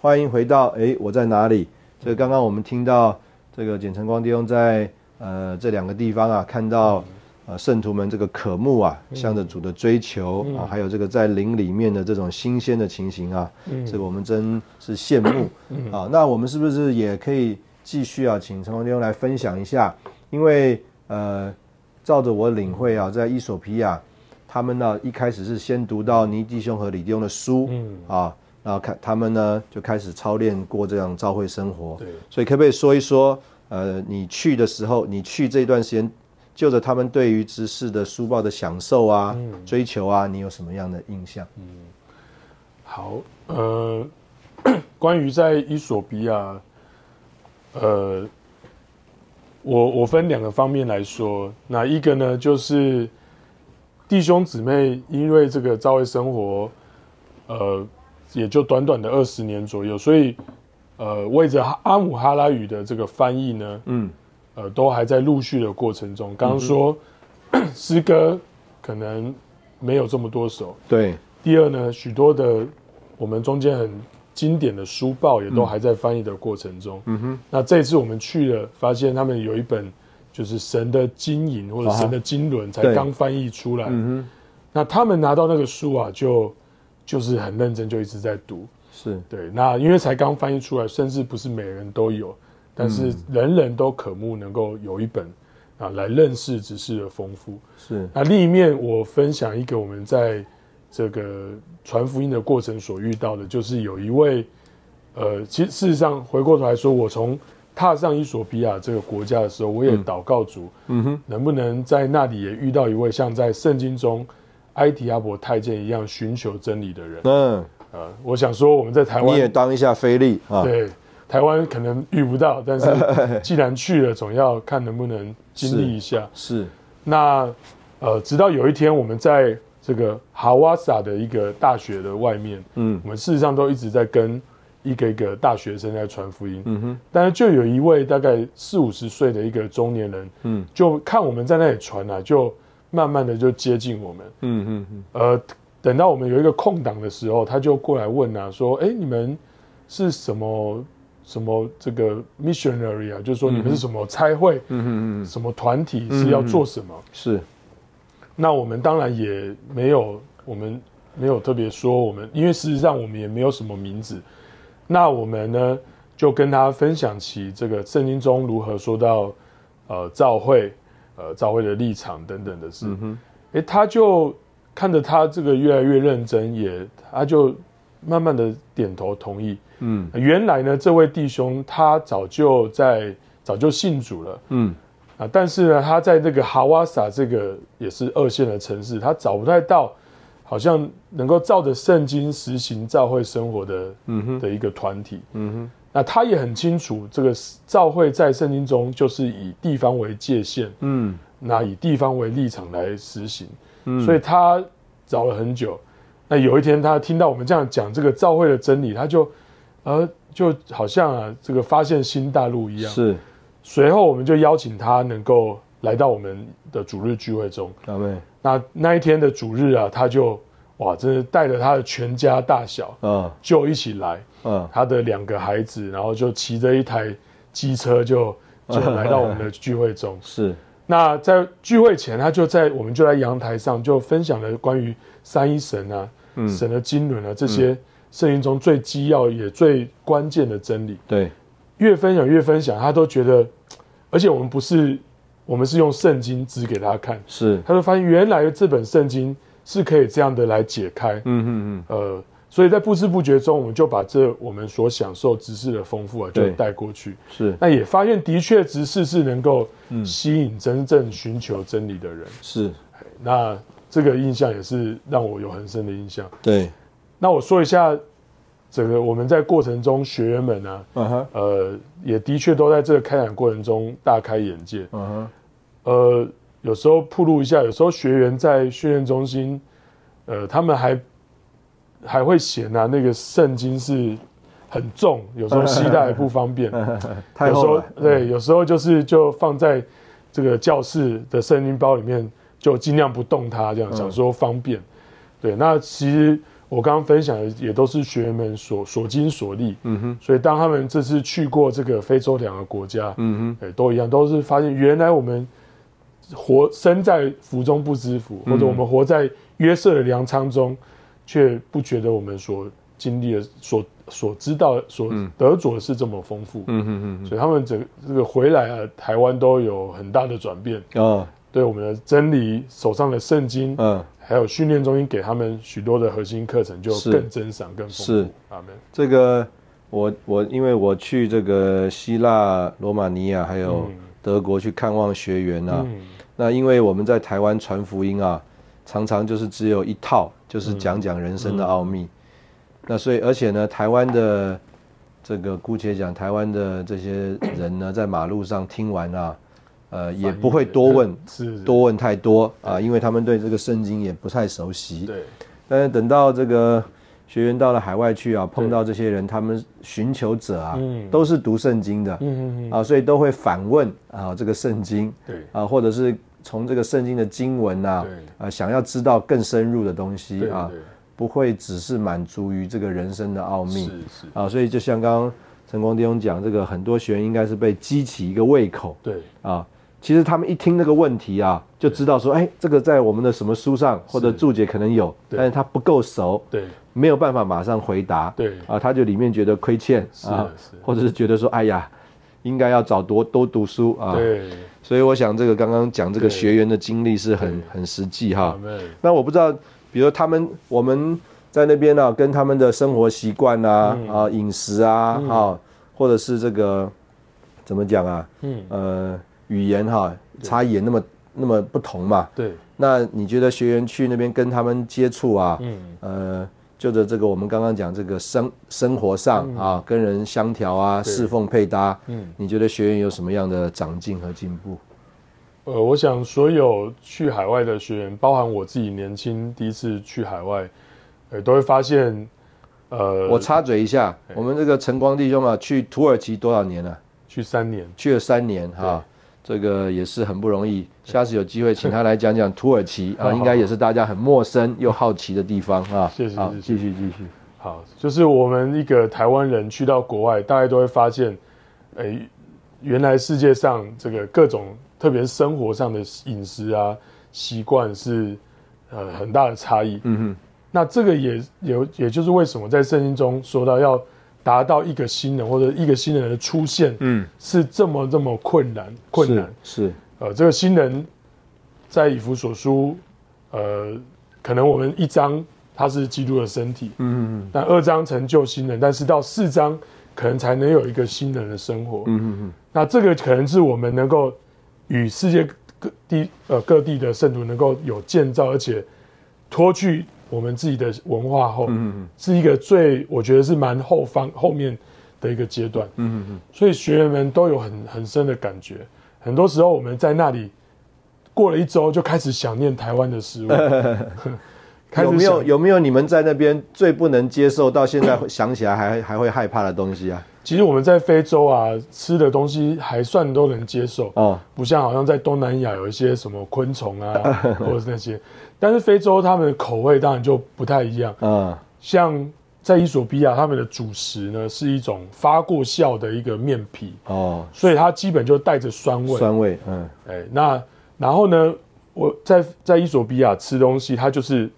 [SPEAKER 2] 欢迎回到诶，我在哪里？这个刚刚我们听到这个简晨光弟兄在呃这两个地方啊，看到呃圣徒们这个渴慕啊，
[SPEAKER 3] 嗯
[SPEAKER 2] 向着主的追求、啊，还有这个在灵里面的这种新鲜的情形啊，
[SPEAKER 3] 嗯
[SPEAKER 2] 这个我们真是羡慕、啊。那我们是不是也可以继续啊，请晨光弟兄来分享一下？因为呃，照着我领会啊，在伊索皮亚，他们呢、一开始是先读到尼弟兄和李弟兄的书，
[SPEAKER 3] 嗯
[SPEAKER 2] 啊，然后看他们呢就开始操练过这样朝会生活。
[SPEAKER 3] 对，
[SPEAKER 2] 所以可不可以说一说，呃，你去的时候，你去这段时间，就着他们对于知识的书报的享受啊、追求啊，你有什么样的印象？
[SPEAKER 3] 好，呃， [coughs] 关于在伊索比亚，呃，我我分两个方面来说，那一个呢就是弟兄姊妹因为这个教会生活，呃，也就短短的二十年左右，所以呃，为着哈阿姆哈拉语的这个翻译呢，
[SPEAKER 2] 嗯，
[SPEAKER 3] 呃，都还在陆续的过程中。刚刚说、 [coughs] 诗歌可能没有这么多首，
[SPEAKER 2] 对，
[SPEAKER 3] 第二呢，许多的我们中间很经典的书报也都还在翻译的过程中。嗯哼，那这次我们去了，发现他们有一本就是《神的金银》或者
[SPEAKER 2] 啊
[SPEAKER 3] 《
[SPEAKER 2] 哈
[SPEAKER 3] 神的经纶》才
[SPEAKER 2] 对
[SPEAKER 3] 刚翻译出来。
[SPEAKER 2] 嗯
[SPEAKER 3] 那他们拿到那个书啊，就就是很认真，就一直在读。
[SPEAKER 2] 哼，是，
[SPEAKER 3] 对，那因为才刚翻译出来，甚至不是每人都有，但是人人都渴慕能够有一本啊，来认识知识的丰富。
[SPEAKER 2] 是，
[SPEAKER 3] 那另一面，我分享一个我们在这个传福音的过程所遇到的，就是有一位，呃，其实事实上回过头来说，我从踏上伊索比亚这个国家的时候，我也祷告主，
[SPEAKER 2] 嗯哼，
[SPEAKER 3] 能不能在那里也遇到一位像在圣经中埃提阿伯太监一样寻求真理的人。
[SPEAKER 2] 嗯，
[SPEAKER 3] 呃，我想说我们在台
[SPEAKER 2] 你也
[SPEAKER 3] 湾，
[SPEAKER 2] 当一下菲利啊，
[SPEAKER 3] 对台湾可能遇不到，但是既然去了，总要看能不能经历一下。
[SPEAKER 2] 是，
[SPEAKER 3] 那呃，直到有一天，我们在这个哈瓦萨的一个大学的外面，
[SPEAKER 2] 嗯
[SPEAKER 3] 我们事实上都一直在跟一个一个大学生在传福音。
[SPEAKER 2] 嗯哼，
[SPEAKER 3] 但是就有一位大概四五十岁的一个中年人，
[SPEAKER 2] 嗯
[SPEAKER 3] 就看我们在那里传啊，就慢慢的就接近我们。
[SPEAKER 2] 嗯嗯嗯，
[SPEAKER 3] 呃，等到我们有一个空档的时候，他就过来问啊，说：“哎，你们是什么什么这个 missionary 啊？就是说你们是什么差会、
[SPEAKER 2] 嗯哼嗯，
[SPEAKER 3] 什么团体是要做什么？”
[SPEAKER 2] 是，
[SPEAKER 3] 那我们当然也没有，我们没有特别说我们，因为事实上我们也没有什么名字。那我们呢，就跟他分享起这个圣经中如何说到呃教会、呃教会的立场等等的事。
[SPEAKER 2] 嗯哼
[SPEAKER 3] 诶，他就看着他这个越来越认真，也他就慢慢的点头同意。呃
[SPEAKER 2] 嗯
[SPEAKER 3] 原来呢，这位弟兄他早就在早就信主了
[SPEAKER 2] 嗯，
[SPEAKER 3] 啊，但是呢，他在那个哈瓦萨这个也是二线的城市，他找不太到好像能够照着圣经实行教会生活的
[SPEAKER 2] 嗯哼，
[SPEAKER 3] 的一个团体。
[SPEAKER 2] 嗯哼，
[SPEAKER 3] 那他也很清楚，这个教会在圣经中就是以地方为界限，
[SPEAKER 2] 嗯
[SPEAKER 3] 那以地方为立场来实行。
[SPEAKER 2] 嗯，
[SPEAKER 3] 所以他找了很久。那有一天，他听到我们这样讲这个教会的真理，他就，呃，就好像啊，这个发现新大陆一样。
[SPEAKER 2] 是
[SPEAKER 3] 随后，我们就邀请他能够来到我们的主日聚会中。
[SPEAKER 2] 阿妹
[SPEAKER 3] 那那一天的主日啊，他就哇，真的带着他的全家大小
[SPEAKER 2] 啊
[SPEAKER 3] 就一起来，
[SPEAKER 2] 啊，
[SPEAKER 3] 他的两个孩子，然后就骑着一台机车就就来到我们的聚会中。
[SPEAKER 2] 是
[SPEAKER 3] 那在聚会前，他就在我们就在阳台上就分享了关于三一神啊、神的经纶啊这些圣经中最基要也最关键的真理。
[SPEAKER 2] 对，
[SPEAKER 3] 越分享越分享，他都觉得，而且我们不是我们是用圣经指给他看，
[SPEAKER 2] 是，
[SPEAKER 3] 他就发现原来这本圣经是可以这样的来解开。
[SPEAKER 2] 嗯嗯嗯，
[SPEAKER 3] 呃，所以在不知不觉中，我们就把这我们所享受知识的丰富啊，就
[SPEAKER 2] 对
[SPEAKER 3] 带过去。
[SPEAKER 2] 是
[SPEAKER 3] 那也发现的确知识是能够
[SPEAKER 2] 嗯
[SPEAKER 3] 吸引真正寻求真理的人。
[SPEAKER 2] 是，
[SPEAKER 3] 那这个印象也是让我有很深的印象。
[SPEAKER 2] 对，
[SPEAKER 3] 那我说一下，整个我们在过程中学员们啊，
[SPEAKER 2] 嗯哼，
[SPEAKER 3] 呃，也的确都在这个开展过程中大开眼界。
[SPEAKER 2] 嗯哼，
[SPEAKER 3] 呃，有时候铺露一下，有时候学员在训练中心，呃，他们还还会嫌啊那个圣经是很重，有时候携带不方便。
[SPEAKER 2] 太
[SPEAKER 3] 有时
[SPEAKER 2] 后嗯
[SPEAKER 3] 候
[SPEAKER 2] 了，
[SPEAKER 3] 对，有时候就是就放在这个教室的圣经包里面，就尽量不动它，这样、想说方便。对，那其实我刚刚分享的也都是学员们所所经所历，
[SPEAKER 2] 嗯哼，
[SPEAKER 3] 所以当他们这次去过这个非洲两个国家，
[SPEAKER 2] 嗯
[SPEAKER 3] 对，都一样，都是发现原来我们活身在福中不知福，或者我们活在约瑟的粮仓中，却不觉得我们所经历的、所所知道的、所得着的是这么丰富。
[SPEAKER 2] 嗯哼，嗯哼嗯
[SPEAKER 3] 所以他们整这个回来啊，台湾都有很大的转变，
[SPEAKER 2] 哼，啊
[SPEAKER 3] 对我们的真理、手上的圣经，
[SPEAKER 2] 嗯。
[SPEAKER 3] 还有训练中心给他们许多的核心课程，就是更增赏、更丰
[SPEAKER 2] 是
[SPEAKER 3] 富。阿门。
[SPEAKER 2] 这个我我因为我去这个希腊、罗马尼亚还有
[SPEAKER 3] 嗯
[SPEAKER 2] 德国去看望学员啊，
[SPEAKER 3] 嗯，
[SPEAKER 2] 那因为我们在台湾传福音啊，常常就是只有一套，就是
[SPEAKER 3] 嗯
[SPEAKER 2] 讲讲人生的奥秘。那所以而且呢，台湾的这个姑且讲台湾的这些人呢，在马路上听完啊，呃，也不会多问。
[SPEAKER 3] 是
[SPEAKER 2] 多问太多啊，因为他们对这个圣经也不太熟悉。
[SPEAKER 3] 对
[SPEAKER 2] 但是等到这个学员到了海外去啊，碰
[SPEAKER 3] 对
[SPEAKER 2] 到这些人，他们寻求者啊，
[SPEAKER 3] 嗯
[SPEAKER 2] 都是读圣经的，
[SPEAKER 3] 嗯嗯嗯，
[SPEAKER 2] 啊，所以都会反问啊这个圣经
[SPEAKER 3] 对
[SPEAKER 2] 啊，或者是从这个圣经的经文呐、啊
[SPEAKER 3] 对，
[SPEAKER 2] 啊，想要知道更深入的东西
[SPEAKER 3] 对
[SPEAKER 2] 啊，
[SPEAKER 3] 对
[SPEAKER 2] 不会只是满足于这个人生的奥
[SPEAKER 3] 对，
[SPEAKER 2] 秘
[SPEAKER 3] 是是，
[SPEAKER 2] 啊，所以就像刚刚陈光弟兄讲，这个很多学员应该是被激起一个胃口，
[SPEAKER 3] 对
[SPEAKER 2] 啊，其实他们一听那个问题啊，就知道说，哎，这个在我们的什么书上或者注解可能有，
[SPEAKER 3] 对
[SPEAKER 2] 但是他不够熟，
[SPEAKER 3] 对
[SPEAKER 2] 没有办法马上回答，
[SPEAKER 3] 对
[SPEAKER 2] 啊，他就里面觉得亏欠
[SPEAKER 3] 是
[SPEAKER 2] 啊
[SPEAKER 3] 的，是的
[SPEAKER 2] 或者是觉得说，哎呀，应该要早多多读书啊。
[SPEAKER 3] 对，
[SPEAKER 2] 所以我想，这个刚刚讲这个
[SPEAKER 3] 对
[SPEAKER 2] 学员的经历是很
[SPEAKER 3] 对嗯
[SPEAKER 2] 很实际哈。
[SPEAKER 3] 阿门。
[SPEAKER 2] 那我不知道，比如他们我们在那边呢、啊，跟他们的生活习惯啊、
[SPEAKER 3] 嗯
[SPEAKER 2] 啊饮食啊、啊，或者是这个怎么讲啊，
[SPEAKER 3] 嗯
[SPEAKER 2] 呃语言哈、差异也那么那么不同嘛。
[SPEAKER 3] 对，
[SPEAKER 2] 那你觉得学员去那边跟他们接触啊，
[SPEAKER 3] 嗯
[SPEAKER 2] 呃，就着这个我们刚刚讲这个生生活上啊，跟人相调啊，
[SPEAKER 3] 嗯对
[SPEAKER 2] 侍奉配搭，
[SPEAKER 3] 嗯，
[SPEAKER 2] 你觉得学员有什么样的长进和进步？
[SPEAKER 3] 呃，我想所有去海外的学员，包含我自己年轻第一次去海外，呃，都会发现，呃，
[SPEAKER 2] 我插嘴一下，我们这个晨光弟兄啊，去土耳其多少年了、
[SPEAKER 3] 去三年，
[SPEAKER 2] 去了三年哈、这个也是很不容易。下次有机会请他来讲讲土耳其
[SPEAKER 3] 好
[SPEAKER 2] 啊，
[SPEAKER 3] 好
[SPEAKER 2] 应该也是大家很陌生又好奇的地方啊。
[SPEAKER 3] 谢谢
[SPEAKER 2] 好
[SPEAKER 3] 谢谢
[SPEAKER 2] 继续继续。
[SPEAKER 3] 好，就是我们一个台湾人去到国外，大概都会发现，诶、原来世界上这个各种，特别是生活上的饮食啊、习惯是呃很大的差异。
[SPEAKER 2] 嗯哼，
[SPEAKER 3] 那这个也也也就是为什么在圣经中说到要达到一个新人或者一个新人的出现，
[SPEAKER 2] 嗯，
[SPEAKER 3] 是这么这么困难困难。
[SPEAKER 2] 是是
[SPEAKER 3] 呃，这个新人在以弗所书，呃，可能我们一章他是基督的身体，
[SPEAKER 2] 嗯
[SPEAKER 3] 那二章成就新人，但是到四章可能才能有一个新人的生活。
[SPEAKER 2] 嗯嗯嗯，
[SPEAKER 3] 那这个可能是我们能够与世界各地呃各地的圣徒能够有建造，而且脱去我们自己的文化后，
[SPEAKER 2] 嗯
[SPEAKER 3] 是一个最我觉得是蛮后方后面的一个阶段。
[SPEAKER 2] 嗯嗯
[SPEAKER 3] 所以学员们都有很很深的感觉。很多时候我们在那里过了一周，就开始想念台湾的食物，开
[SPEAKER 2] 有
[SPEAKER 3] 始
[SPEAKER 2] 没有
[SPEAKER 3] 想
[SPEAKER 2] 有没有你们在那边最不能接受，到现在想起来还还会害怕的东西啊？
[SPEAKER 3] 其实我们在非洲啊吃的东西还算都能接受，
[SPEAKER 2] 哦，
[SPEAKER 3] 不像好像在东南亚有一些什么昆虫
[SPEAKER 2] [laughs]
[SPEAKER 3] 啊，或者是那些。但是非洲他们的口味当然就不太一样，
[SPEAKER 2] 嗯
[SPEAKER 3] 像在伊索比亚他们的主食呢是一种发过酵的一个面皮，
[SPEAKER 2] 哦，
[SPEAKER 3] 所以它基本就带着酸味。
[SPEAKER 2] 酸味，嗯
[SPEAKER 3] 哎，那然后呢，我在在伊索比亚吃东西，它就是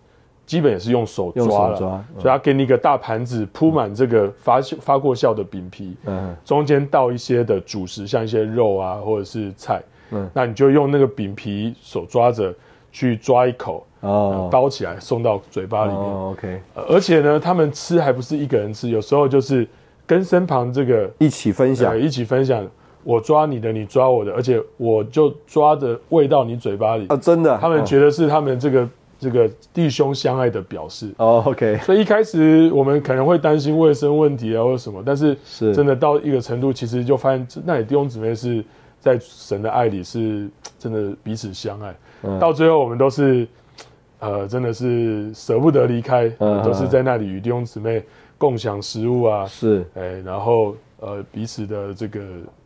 [SPEAKER 3] 基本也是用手抓
[SPEAKER 2] 用手
[SPEAKER 3] 了
[SPEAKER 2] 抓嗯
[SPEAKER 3] 所以它给你一个大盘子，铺满这个发酵发过酵的饼皮，
[SPEAKER 2] 嗯
[SPEAKER 3] 中间倒一些的主食，像一些肉啊或者是菜，
[SPEAKER 2] 嗯
[SPEAKER 3] 那你就用那个饼皮手抓着去抓一口，
[SPEAKER 2] 哦，
[SPEAKER 3] 包起来送嗯到嘴巴里面。
[SPEAKER 2] 哦，OK，
[SPEAKER 3] 呃而且呢，他们吃还不是一个人吃，有时候就是跟身旁这个呃
[SPEAKER 2] 一起分享
[SPEAKER 3] 对，一起分享。我抓你的，你抓我的，而且我就抓着喂到你嘴巴里。
[SPEAKER 2] 啊，真的，
[SPEAKER 3] 他们觉得是他们这个这个弟兄相爱的表示。
[SPEAKER 2] 哦，OK，
[SPEAKER 3] 所以一开始我们可能会担心卫生问题啊或者什么，但是
[SPEAKER 2] 是
[SPEAKER 3] 真的到一个程度，其实就发现那里弟兄姊妹是在神的爱里是真的彼此相爱。
[SPEAKER 2] 嗯
[SPEAKER 3] 到最后我们都是呃真的是舍不得离开，
[SPEAKER 2] 嗯
[SPEAKER 3] 都是在那里与弟兄姊妹共享食物啊，
[SPEAKER 2] 是
[SPEAKER 3] 哎，然后呃彼此的这个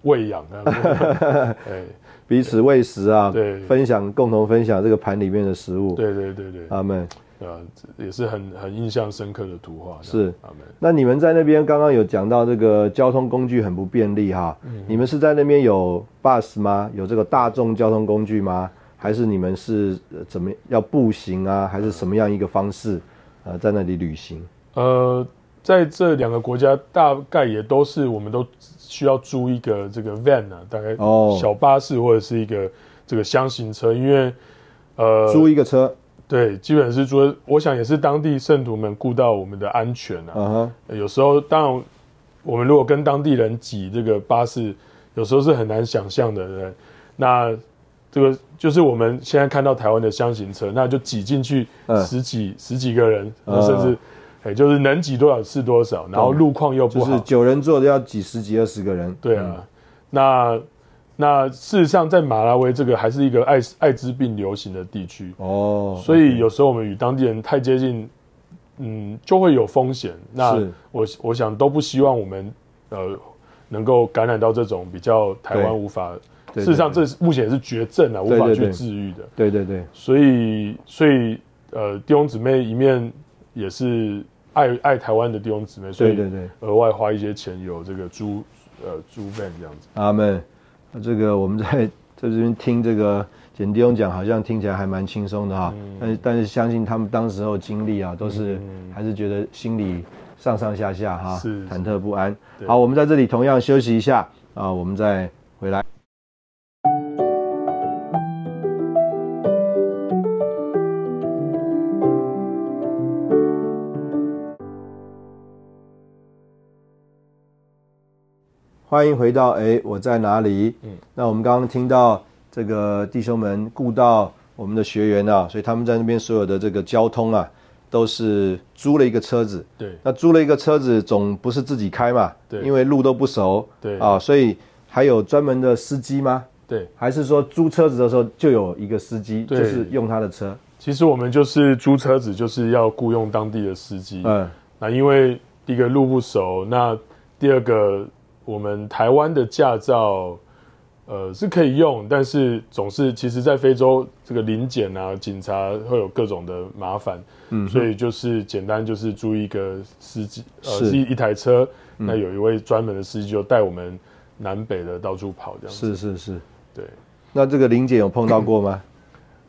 [SPEAKER 3] 喂养啊，
[SPEAKER 2] [laughs]
[SPEAKER 3] 哎，
[SPEAKER 2] 彼此喂食啊，
[SPEAKER 3] 对
[SPEAKER 2] 分享共同分享这个盘里面的食物，
[SPEAKER 3] 对对对对，
[SPEAKER 2] 阿门。
[SPEAKER 3] 啊，这也是很很印象深刻的图画。
[SPEAKER 2] 是
[SPEAKER 3] 阿门。
[SPEAKER 2] 那你们在那边刚刚有讲到这个交通工具很不便利哈，
[SPEAKER 3] 嗯
[SPEAKER 2] 你们是在那边有 bus 吗？有这个大众交通工具吗？还是你们是呃怎么要步行啊？还是什么样一个方式？呃，在那里旅行？
[SPEAKER 3] 呃，在这两个国家，大概也都是我们都需要租一个这个 van 啊，大概
[SPEAKER 2] 哦
[SPEAKER 3] 小巴士或者是一个这个箱型车，因为呃，
[SPEAKER 2] 租一个车，
[SPEAKER 3] 对，基本是租，我想也是当地圣徒们顾到我们的安全啊。
[SPEAKER 2] 嗯哼，
[SPEAKER 3] 有时候，当然，我们如果跟当地人挤这个巴士，有时候是很难想象的。对不对那这个就是我们现在看到台湾的箱型车，那就挤进去
[SPEAKER 2] 嗯
[SPEAKER 3] 十几、十几个人，
[SPEAKER 2] 嗯
[SPEAKER 3] 甚至哎，就是能挤多少是多少，然后路况又不
[SPEAKER 2] 就
[SPEAKER 3] 好，
[SPEAKER 2] 是九人座的要几十几二十个人。嗯
[SPEAKER 3] 对啊。那那事实上，在马拉维这个还是一个艾艾滋病流行的地区，
[SPEAKER 2] 哦，
[SPEAKER 3] 所以有时候我们与当地人太接近，嗯，就会有风险。那
[SPEAKER 2] 是
[SPEAKER 3] 我我想都不希望我们呃能够感染到这种比较台
[SPEAKER 2] 对
[SPEAKER 3] 湾无法，
[SPEAKER 2] 对
[SPEAKER 3] 事实上这是目前也是绝症啊，无
[SPEAKER 2] 对
[SPEAKER 3] 法
[SPEAKER 2] 对
[SPEAKER 3] 去
[SPEAKER 2] 对
[SPEAKER 3] 治愈的。
[SPEAKER 2] 对对对，
[SPEAKER 3] 所以所以呃弟兄姊妹一面也是爱爱台湾的弟兄姊妹，所
[SPEAKER 2] 对
[SPEAKER 3] 以
[SPEAKER 2] 对对。
[SPEAKER 3] 额外花一些钱有这个租呃租 van 这样子。
[SPEAKER 2] 阿门。这个我们在 [laughs] 在这边听这个简弟兄讲，好像听起来还蛮轻松的哈。但
[SPEAKER 3] 嗯
[SPEAKER 2] 是但是相信他们当时候经历啊，都是、还是觉得心里上上下下哈，
[SPEAKER 3] 是
[SPEAKER 2] 忐忑不安。
[SPEAKER 3] 对
[SPEAKER 2] 好，我们在这里同样休息一下啊，我们再回来。欢迎回到哎，我在哪里？嗯，那我们刚刚听到这个弟兄们顾到我们的学员啊，所以他们在那边所有的这个交通啊，都是租了一个车子。
[SPEAKER 3] 对
[SPEAKER 2] 那租了一个车子，总不是自己开嘛？
[SPEAKER 3] 对
[SPEAKER 2] 因为路都不熟。
[SPEAKER 3] 对
[SPEAKER 2] 啊，所以还有专门的司机吗？
[SPEAKER 3] 对，
[SPEAKER 2] 还是说租车子的时候就有一个司机，
[SPEAKER 3] 对
[SPEAKER 2] 就是用他的车？
[SPEAKER 3] 其实我们就是租车子，就是要雇佣当地的司机。
[SPEAKER 2] 嗯，
[SPEAKER 3] 那因为第一个路不熟，那第二个我们台湾的驾照，呃是可以用，但是总是其实在非洲这个临检啊，警察会有各种的麻烦，嗯，所以就是简单就是租一个司机，呃
[SPEAKER 2] 是嗯
[SPEAKER 3] 是一台车，那有一位专门的司机就带我们南北的到处跑这样
[SPEAKER 2] 是
[SPEAKER 3] 子，
[SPEAKER 2] 是是。
[SPEAKER 3] 对，
[SPEAKER 2] 那这个林姐有碰到过
[SPEAKER 3] [coughs]
[SPEAKER 2] 吗？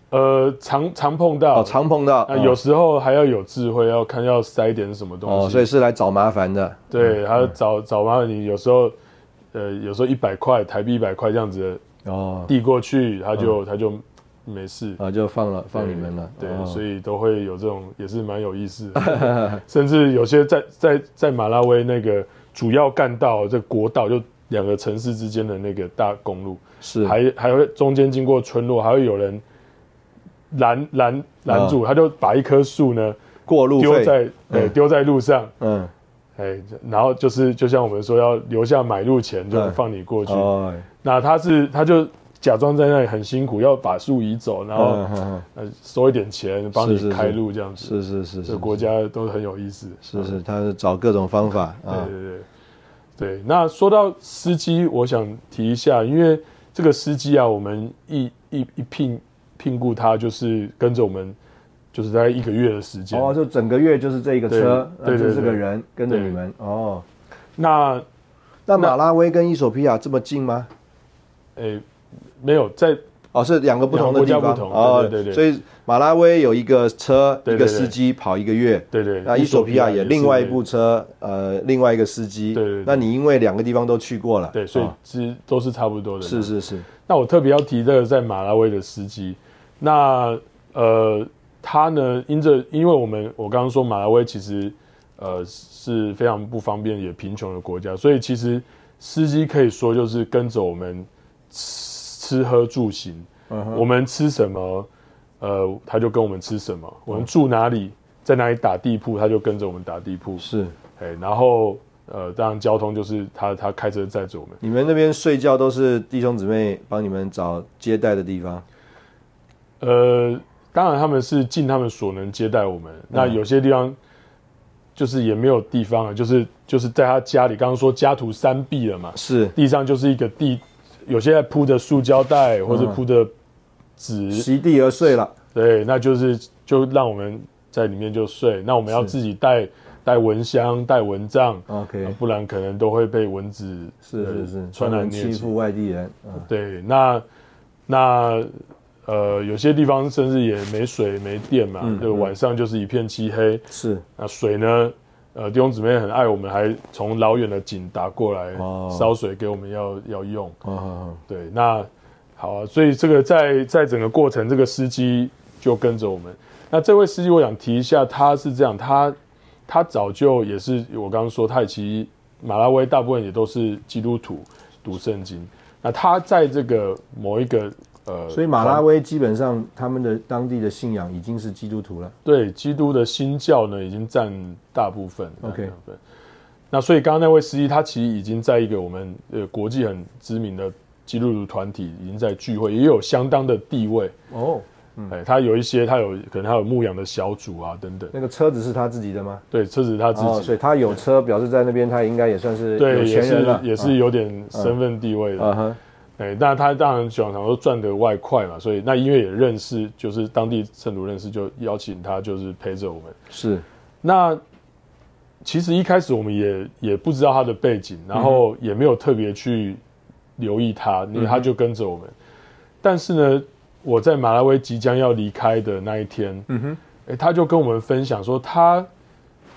[SPEAKER 3] 呃常常碰到，
[SPEAKER 2] 哦，常碰到。
[SPEAKER 3] 那啊有时候还要有智慧，要看要塞点什么东西，
[SPEAKER 2] 哦，所以是来找麻烦的。
[SPEAKER 3] 对，
[SPEAKER 2] 嗯
[SPEAKER 3] 还有找找麻烦你，有时候，呃，有时候一百块台币一百块这样子
[SPEAKER 2] 哦，
[SPEAKER 3] 递过去，他就、他就没事，
[SPEAKER 2] 啊，就放了嗯放你们了。
[SPEAKER 3] 对，
[SPEAKER 2] 哦
[SPEAKER 3] 所以
[SPEAKER 2] [laughs]
[SPEAKER 3] 都会有这种，也是蛮有意思的。甚至有些在在在马拉维那个主要干道，这国道就两个城市之间的那个大公路，
[SPEAKER 2] 是
[SPEAKER 3] 还还会中间经过村落，还会有人拦拦拦住，他就把一棵树呢
[SPEAKER 2] 过嗯路
[SPEAKER 3] 丢
[SPEAKER 2] 费，
[SPEAKER 3] 在呃丢在路上，
[SPEAKER 2] 嗯，
[SPEAKER 3] 哎，然后就是就像我们说要留下买路钱，就
[SPEAKER 2] 嗯
[SPEAKER 3] 放你过去。
[SPEAKER 2] 哦，
[SPEAKER 3] 那他是他就假装在那里很辛苦，要把树移走，然后
[SPEAKER 2] 嗯嗯嗯
[SPEAKER 3] 呃收一点钱帮
[SPEAKER 2] 是是
[SPEAKER 3] 你
[SPEAKER 2] 是
[SPEAKER 3] 开路这样子。
[SPEAKER 2] 是是是
[SPEAKER 3] 这
[SPEAKER 2] 是，
[SPEAKER 3] 国家都很有意思。
[SPEAKER 2] 是是，他是找各种方法啊
[SPEAKER 3] 对，对对，对。那说到司机，我想提一下，因为这个司机啊，我们一一一聘聘雇他，就是跟着我们，就是大概一个月的时间。
[SPEAKER 2] 哦，就整个月就是这一个
[SPEAKER 3] 对
[SPEAKER 2] 车，
[SPEAKER 3] 对
[SPEAKER 2] 那就
[SPEAKER 3] 对
[SPEAKER 2] 是个
[SPEAKER 3] 对
[SPEAKER 2] 人跟着
[SPEAKER 3] 对
[SPEAKER 2] 你们哦。
[SPEAKER 3] 那
[SPEAKER 2] 那马拉维跟伊索比亚这么近吗？
[SPEAKER 3] 诶、没有在
[SPEAKER 2] 哦，是两个不同的地
[SPEAKER 3] 两个
[SPEAKER 2] 方
[SPEAKER 3] 国家不同
[SPEAKER 2] 哦，
[SPEAKER 3] 对对对对
[SPEAKER 2] 所以马拉维有一个车，
[SPEAKER 3] 对
[SPEAKER 2] 一
[SPEAKER 3] 对
[SPEAKER 2] 个
[SPEAKER 3] 对
[SPEAKER 2] 司机跑一个月，
[SPEAKER 3] 对对，
[SPEAKER 2] 那伊索比亚也
[SPEAKER 3] 是
[SPEAKER 2] 另外一部车，呃，另外一个司机。
[SPEAKER 3] 对对对
[SPEAKER 2] 那你因为两个地方都去过了，
[SPEAKER 3] 对，所以
[SPEAKER 2] 哦
[SPEAKER 3] 其实都是差不多的。
[SPEAKER 2] 是是是，
[SPEAKER 3] 那我特别要提这个在马拉维的司机，那呃，他呢，因着因为我们我刚刚说马拉维其实呃是非常不方便也贫穷的国家，所以其实司机可以说就是跟着我们吃吃喝住行，
[SPEAKER 2] 嗯哼
[SPEAKER 3] 我们吃什么，呃，他就跟我们吃什
[SPEAKER 2] 嗯
[SPEAKER 3] 么，我们住哪里，在哪里打地铺，他就跟着我们打地铺，
[SPEAKER 2] 是。
[SPEAKER 3] 哎，然后呃，当然交通就是他他开车载着我们。
[SPEAKER 2] 你们那边睡觉都是弟兄姊妹帮你们找接待的地方，
[SPEAKER 3] 呃，当然他们是尽他们所能接待我们。那有些地方就是也没有地方了，就是就是在他家里，刚刚说家徒三壁了嘛，
[SPEAKER 2] 是
[SPEAKER 3] 地上就是一个地，有些还铺着塑胶袋或者
[SPEAKER 2] 嗯
[SPEAKER 3] 铺着纸，
[SPEAKER 2] 席地而睡了。
[SPEAKER 3] 对，那就是就让我们在里面就睡。那我们要
[SPEAKER 2] 是
[SPEAKER 3] 自己带带蚊香、带蚊帐。
[SPEAKER 2] OK，
[SPEAKER 3] 不然可能都会被蚊子
[SPEAKER 2] 是是是
[SPEAKER 3] 呃，传
[SPEAKER 2] 专
[SPEAKER 3] 染
[SPEAKER 2] 门
[SPEAKER 3] 疟
[SPEAKER 2] 欺
[SPEAKER 3] 疾。
[SPEAKER 2] 负外地人，嗯
[SPEAKER 3] 对，那那呃，有些地方甚至也没水没电嘛，
[SPEAKER 2] 嗯
[SPEAKER 3] 就晚上就是一片漆黑。
[SPEAKER 2] 是
[SPEAKER 3] 那水呢，呃，弟兄姊妹很爱我们，还从老远的井打过来
[SPEAKER 2] 哦
[SPEAKER 3] 烧水给我们要要用。
[SPEAKER 2] 哦哦
[SPEAKER 3] 对，那好啊，所以这个在在整个过程，这个司机就跟着我们。那这位司机，我想提一下，他是这样，他他早就也是我刚刚说，他其实马拉维大部分也都是基督徒读圣经。那他在这个某一个呃，
[SPEAKER 2] 哦，所以马拉
[SPEAKER 3] 团
[SPEAKER 2] 维基本上他们的当地的信仰已经是基督徒了。
[SPEAKER 3] 对基督的新教呢，已经占大部分。
[SPEAKER 2] OK
[SPEAKER 3] 占大部分那所以刚刚那位司机，他其实已经在一个我们呃国际很知名的基督徒团体已经在聚会，也有相当的地位。
[SPEAKER 2] 哦，
[SPEAKER 3] 哎，他有一些，他有可能他有牧羊的小组啊，等等。
[SPEAKER 2] 那个车子是他自己的吗？
[SPEAKER 3] 对，车子他自己，
[SPEAKER 2] 哦，所以他有车，表示在那边他应该也算是有
[SPEAKER 3] 对，也
[SPEAKER 2] 钱人
[SPEAKER 3] 是
[SPEAKER 2] 了，嗯
[SPEAKER 3] 也是有点身份地位的。
[SPEAKER 2] 啊哈，
[SPEAKER 3] 哎，那他当然想想说赚得外快嘛，所以那因为也认识，就是当地圣徒认识，就邀请他就是陪着我们。
[SPEAKER 2] 是
[SPEAKER 3] 那其实一开始我们也也不知道他的背景，然后也没有特别去留意他，因为他就跟着我们。但是呢，我在马拉维即将要离开的那一天，嗯
[SPEAKER 2] 哼
[SPEAKER 3] 哼，他就跟我们分享说，他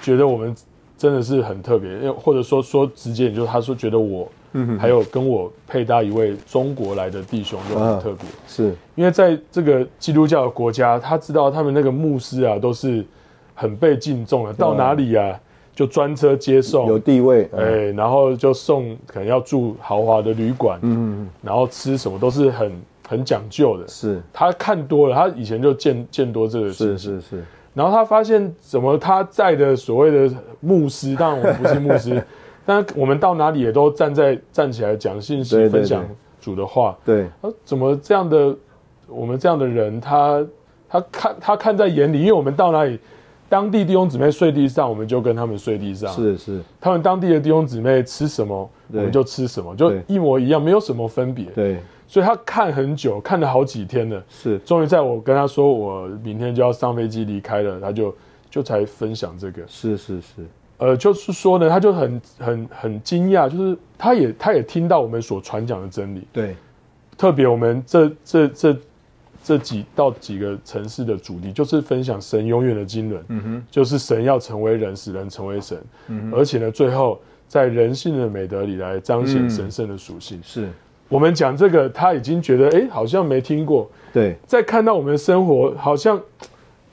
[SPEAKER 3] 觉得我们真的是很特别，因为或者说说直接，就是他说觉得我，嗯哼，还有跟我配搭一位中国来的弟兄就很特别。
[SPEAKER 2] 是
[SPEAKER 3] 因为在这个基督教的国家，他知道他们那个牧师啊都是很被敬重的，到哪里啊就专车接
[SPEAKER 2] 有
[SPEAKER 3] 送，
[SPEAKER 2] 地位，
[SPEAKER 3] 哎、
[SPEAKER 2] 嗯
[SPEAKER 3] 然后就送，可能要住豪华的旅馆，
[SPEAKER 2] 嗯，
[SPEAKER 3] 然后吃什么都是很很讲究的。
[SPEAKER 2] 是
[SPEAKER 3] 他看多了，他以前就见见多这个事
[SPEAKER 2] 是是
[SPEAKER 3] 情，
[SPEAKER 2] 是，
[SPEAKER 3] 然后他发现怎么他在的所谓的牧师，当然我们不是牧
[SPEAKER 2] [laughs]
[SPEAKER 3] 师，但我们到哪里也都站在站起来讲信息
[SPEAKER 2] 对，对
[SPEAKER 3] 分享
[SPEAKER 2] 对
[SPEAKER 3] 主的话。
[SPEAKER 2] 对，
[SPEAKER 3] 啊，怎么这样的我们这样的人，他他看他看在眼里，因为我们到哪里，当地弟兄姊妹睡地上，我们就跟他们睡地上；
[SPEAKER 2] 是是，
[SPEAKER 3] 他们当地的弟兄姊妹吃什么，我
[SPEAKER 2] 对
[SPEAKER 3] 们就吃什么，就
[SPEAKER 2] 对
[SPEAKER 3] 一模一样，没有什么分别。
[SPEAKER 2] 对
[SPEAKER 3] 所以他看很久，看了好几天了，
[SPEAKER 2] 是
[SPEAKER 3] 终于在我跟他说我明天就要上飞机离开了，他就就才分享这个。
[SPEAKER 2] 是是是，
[SPEAKER 3] 呃，就是说呢，他就很很很惊讶，就是他也他也听到我们所传讲的真理。
[SPEAKER 2] 对
[SPEAKER 3] 特别我们这这这这几到几个城市的主题，就是分享神永远的经纶，嗯
[SPEAKER 2] 哼，
[SPEAKER 3] 就是神要成为人，使人成为神，嗯而且呢，最后在人性的美德里来彰显
[SPEAKER 2] 嗯
[SPEAKER 3] 神圣的属性。
[SPEAKER 2] 是，
[SPEAKER 3] 我们讲这个，他已经觉得哎、诶好像没听过，
[SPEAKER 2] 对
[SPEAKER 3] 再看到我们的生活，好像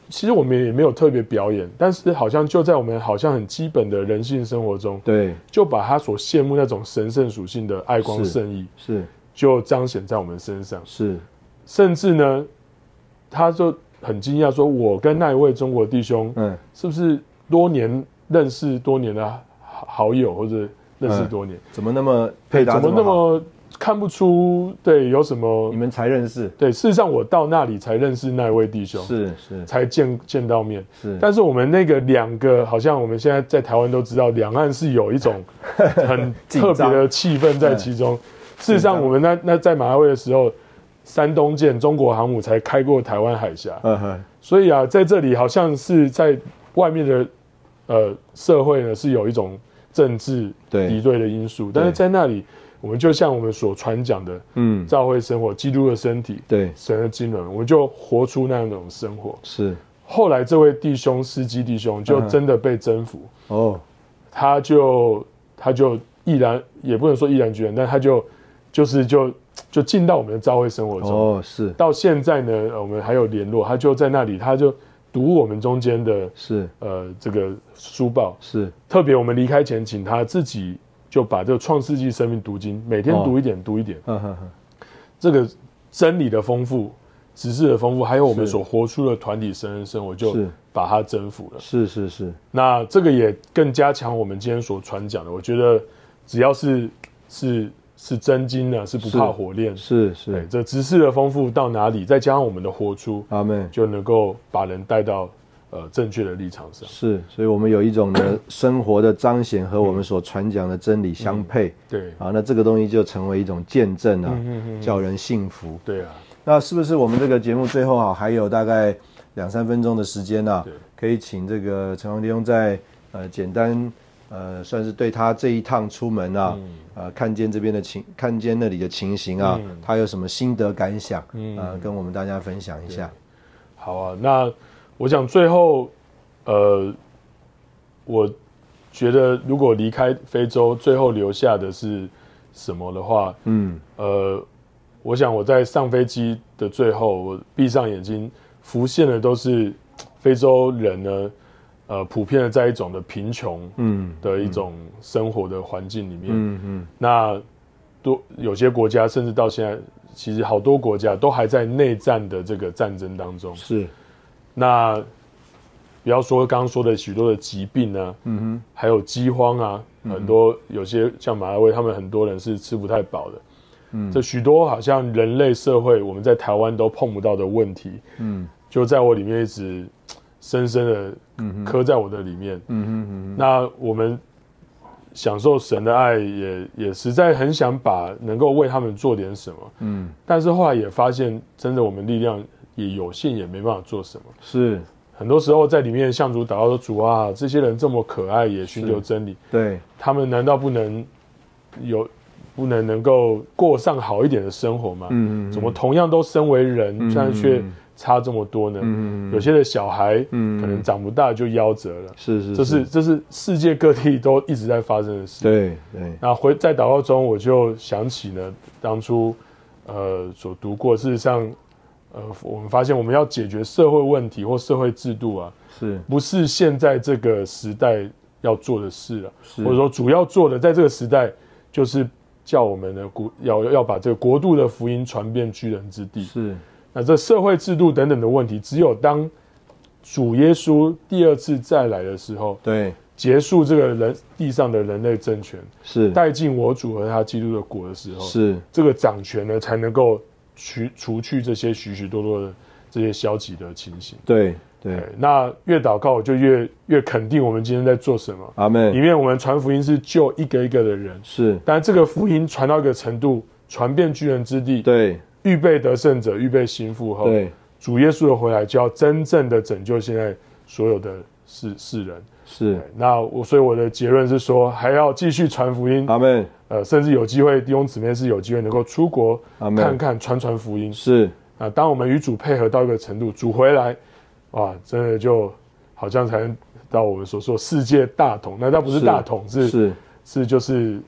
[SPEAKER 3] 其实我们也没有特别表演，但是好像就在我们好像很基本的人性生活中，
[SPEAKER 2] 对，
[SPEAKER 3] 就把他所羡慕那种神圣属性的爱光
[SPEAKER 2] 是
[SPEAKER 3] 圣意，
[SPEAKER 2] 是
[SPEAKER 3] 就彰显在我们身上。
[SPEAKER 2] 是
[SPEAKER 3] 甚至呢，他就很惊讶说：“我跟那一位中国弟兄，
[SPEAKER 2] 嗯
[SPEAKER 3] 是不是多年认识多年的好好友，或者认识多年，
[SPEAKER 2] 怎么那么配搭
[SPEAKER 3] 哎怎么
[SPEAKER 2] 这
[SPEAKER 3] 那
[SPEAKER 2] 好
[SPEAKER 3] 么看不出对有什么
[SPEAKER 2] 你？们才认识？
[SPEAKER 3] 对，事实上我到那里才认识那一位弟兄，
[SPEAKER 2] 是是
[SPEAKER 3] 才见见到面。
[SPEAKER 2] 是，
[SPEAKER 3] 但是我们那个两个，好像我们现在在台湾都知道，两岸是有一种很
[SPEAKER 2] 嗯紧
[SPEAKER 3] 特别
[SPEAKER 2] 张嗯
[SPEAKER 3] 的气氛在其中。事实上，我们那那在马拉维的时候，山东舰中国航母才开过台湾海峡，
[SPEAKER 2] 嗯哼，
[SPEAKER 3] 所以啊，在这里好像是在外面的呃社会呢，是有一种政治敌
[SPEAKER 2] 对，
[SPEAKER 3] 对的因素，但是在那里，我们就像我们所传讲的，
[SPEAKER 2] 嗯，
[SPEAKER 3] 教会生活，基督的身体，
[SPEAKER 2] 对，
[SPEAKER 3] 神的经纶，我们就活出那样的一种生活。
[SPEAKER 2] 是
[SPEAKER 3] 后来这位弟兄司机弟兄就
[SPEAKER 2] 嗯哼
[SPEAKER 3] 真的被征服，
[SPEAKER 2] 哦，
[SPEAKER 3] 他就他就毅然也不能说毅然决然，但他就就是就就进到我们的教会生活中。
[SPEAKER 2] 哦，是
[SPEAKER 3] 到现在呢，呃我们还有联络，他就在那里，他就读我们中间的
[SPEAKER 2] 是
[SPEAKER 3] 呃这个书报，
[SPEAKER 2] 是，
[SPEAKER 3] 特别我们离开前，请他自己就把这个《创世纪生命读经》每天
[SPEAKER 2] 哦
[SPEAKER 3] 读一点，读一点，
[SPEAKER 2] 嗯哼哼，
[SPEAKER 3] 这个真理的丰富。知识的丰富，还有我们
[SPEAKER 2] 是
[SPEAKER 3] 所活出的团体生生活，就是把它征服了。
[SPEAKER 2] 是是是，
[SPEAKER 3] 那这个也更加强我们今天所传讲的。我觉得只要是是是真经呢，是不怕火炼。
[SPEAKER 2] 是
[SPEAKER 3] 对，
[SPEAKER 2] 是，
[SPEAKER 3] 这知识的丰富到哪里，再加上我们的活出，
[SPEAKER 2] 阿门。
[SPEAKER 3] 就能够把人带到呃正确的立场上。
[SPEAKER 2] 是，所以我们有一种
[SPEAKER 3] [coughs]
[SPEAKER 2] 的生活的彰显和我
[SPEAKER 3] 嗯
[SPEAKER 2] 们所传讲的真理相配
[SPEAKER 3] 对，
[SPEAKER 2] 啊，那这个东西就成为一种见证啊
[SPEAKER 3] 嗯嗯，
[SPEAKER 2] 叫人幸福。
[SPEAKER 3] 对啊，
[SPEAKER 2] 那是不是我们这个节目最后啊，还有大概两三分钟的时间呢、啊
[SPEAKER 3] 对？
[SPEAKER 2] 可以请这个陈王弟兄再呃简单呃算是对他这一趟出门啊，
[SPEAKER 3] 嗯
[SPEAKER 2] 呃看见这边的情，看见那里的情形啊，
[SPEAKER 3] 嗯
[SPEAKER 2] 他有什么心得感想？嗯、呃，跟我们大家分享一下。
[SPEAKER 3] 好啊。那我想最后，呃，我觉得如果离开非洲，最后留下的是什么的话，
[SPEAKER 2] 嗯，
[SPEAKER 3] 呃，我想我在上飞机的最后，我闭上眼睛，浮现的都是嘖非洲人呢，呃，普遍的在一种的贫穷
[SPEAKER 2] 嗯
[SPEAKER 3] 的一种生活的环境里面。
[SPEAKER 2] 嗯嗯，
[SPEAKER 3] 那多有些国家，甚至到现在，其实好多国家都还在内战的这个战争当中。
[SPEAKER 2] 是，
[SPEAKER 3] 那不要说刚刚说的许多的疾病啊，
[SPEAKER 2] 嗯哼，
[SPEAKER 3] 还有饥荒啊，
[SPEAKER 2] 嗯
[SPEAKER 3] 很多有些像马拉维，他们很多人是吃不太饱的。嗯，这许多好像人类社会我们在台湾都碰不到的问题，
[SPEAKER 2] 嗯
[SPEAKER 3] 就在我里面一直嘖深深的刻在我的里面。
[SPEAKER 2] 嗯哼嗯
[SPEAKER 3] 那我们享受神的爱也，也实在很想把能够为他们做点什么，
[SPEAKER 2] 嗯，
[SPEAKER 3] 但是后来也发现，真的我们力量也有限，也没办法做什么。
[SPEAKER 2] 是，
[SPEAKER 3] 很多时候在里面向主祷告说：“主啊，这些人这么可爱，也寻求
[SPEAKER 2] 是
[SPEAKER 3] 真理，
[SPEAKER 2] 对，
[SPEAKER 3] 他们难道不能有不能能够过上好一点的生活吗？
[SPEAKER 2] 嗯嗯
[SPEAKER 3] 怎么同样都身为人，
[SPEAKER 2] 嗯
[SPEAKER 3] 但却
[SPEAKER 2] 嗯
[SPEAKER 3] 差这么多呢？
[SPEAKER 2] 嗯
[SPEAKER 3] 有些的小孩、
[SPEAKER 2] 嗯
[SPEAKER 3] 可能长不大就夭折了。”
[SPEAKER 2] 是是，
[SPEAKER 3] 这是这是世界各地都一直在发生的事。
[SPEAKER 2] 对对，
[SPEAKER 3] 那回在祷告中，我就想起呢，当初呃所读过，事实上，呃，我们发现我们要解决社会问题或社会制度啊，
[SPEAKER 2] 是
[SPEAKER 3] 不是现在这个时代要做的事了、
[SPEAKER 2] 是，
[SPEAKER 3] 或者说主要做的，在这个时代就是叫我们的国要要把这个国度的福音传遍居人之地。
[SPEAKER 2] 是
[SPEAKER 3] 那这社会制度等等的问题，只有当主耶稣第二次再来的时候，
[SPEAKER 2] 对
[SPEAKER 3] 结束这个人地上的人类政权，
[SPEAKER 2] 是
[SPEAKER 3] 带进我主和他基督的国的时候，
[SPEAKER 2] 是
[SPEAKER 3] 这个掌权呢才能够除除去这些许许多多的这些消极的情形。
[SPEAKER 2] 对对，
[SPEAKER 3] 对，那越祷告，我就越越肯定我们今天在做什么。
[SPEAKER 2] 阿
[SPEAKER 3] 里
[SPEAKER 2] 妹
[SPEAKER 3] 面我们传福音是救一个一个的人，
[SPEAKER 2] 是，
[SPEAKER 3] 但这个福音传到一个程度，传遍巨人之地，
[SPEAKER 2] 对
[SPEAKER 3] 预备得胜者，预备心腹后，
[SPEAKER 2] 对
[SPEAKER 3] 主耶稣的回来就要真正的拯救现在所有的世世人。
[SPEAKER 2] 是
[SPEAKER 3] 对，那我所以我的结论是说，还要继续传福音，
[SPEAKER 2] 阿妹
[SPEAKER 3] 呃，甚至有机会弟兄姊妹是有机会能够出国
[SPEAKER 2] 阿
[SPEAKER 3] 看
[SPEAKER 2] 妹
[SPEAKER 3] 看传传福音
[SPEAKER 2] 啊是
[SPEAKER 3] 啊、当我们与主配合到一个程度，主回来，哇，真的就好像才能到我们所说世界大同，那倒不是
[SPEAKER 2] 是
[SPEAKER 3] 大同，是是
[SPEAKER 2] 是，
[SPEAKER 3] 就是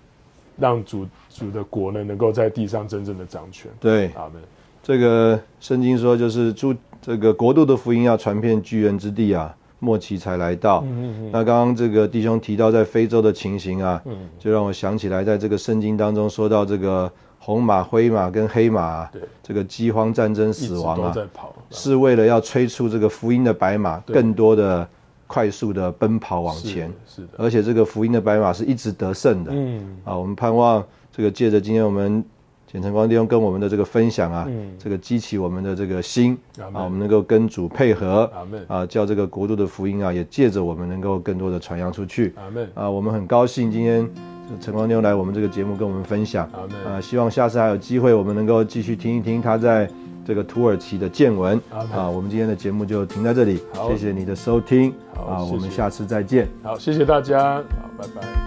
[SPEAKER 3] 让主主的国呢能够在地上真正的掌权。
[SPEAKER 2] 对
[SPEAKER 3] 阿门。
[SPEAKER 2] 这个圣经说，就是诸这个国度的福音要传遍巨人之地啊，末期才来到。
[SPEAKER 3] 嗯嗯
[SPEAKER 2] 那刚刚这个弟兄提到在非洲的情形啊，
[SPEAKER 3] 嗯
[SPEAKER 2] 就让我想起来，在这个圣经当中说到这个红马、灰马跟黑马啊、
[SPEAKER 3] 对
[SPEAKER 2] 这个饥荒、战争、
[SPEAKER 3] 一直
[SPEAKER 2] 死亡
[SPEAKER 3] 都
[SPEAKER 2] 啊，
[SPEAKER 3] 在跑，
[SPEAKER 2] 是为了要催促这个福音的白马
[SPEAKER 3] 对
[SPEAKER 2] 更多的快速的奔跑往
[SPEAKER 3] 是
[SPEAKER 2] 前，
[SPEAKER 3] 是的，
[SPEAKER 2] 而且这个福音的白马是一直得胜的。
[SPEAKER 3] 嗯
[SPEAKER 2] 啊，我们盼望这个借着今天我们简晨光弟兄跟我们的这个分享啊，
[SPEAKER 3] 嗯，
[SPEAKER 2] 这个激起我们的这个心
[SPEAKER 3] 阿
[SPEAKER 2] 啊，我
[SPEAKER 3] 门
[SPEAKER 2] 们能够跟主配合
[SPEAKER 3] 阿门
[SPEAKER 2] 啊，叫这个国度的福音啊，也借着我们能够更多的传扬出去
[SPEAKER 3] 阿门
[SPEAKER 2] 啊。我们很高兴今天晨光弟兄来我们这个节目跟我们分享
[SPEAKER 3] 阿门
[SPEAKER 2] 啊，希望下次还有机会我们能够继续听一听他在这个土耳其的见闻
[SPEAKER 3] 阿门
[SPEAKER 2] 啊。我们今天的节目就停在这里，
[SPEAKER 3] 好
[SPEAKER 2] 谢谢你的收听
[SPEAKER 3] 好
[SPEAKER 2] 啊，我
[SPEAKER 3] 谢
[SPEAKER 2] 们
[SPEAKER 3] 谢
[SPEAKER 2] 下次再见。
[SPEAKER 3] 好，谢谢大家，好，拜拜。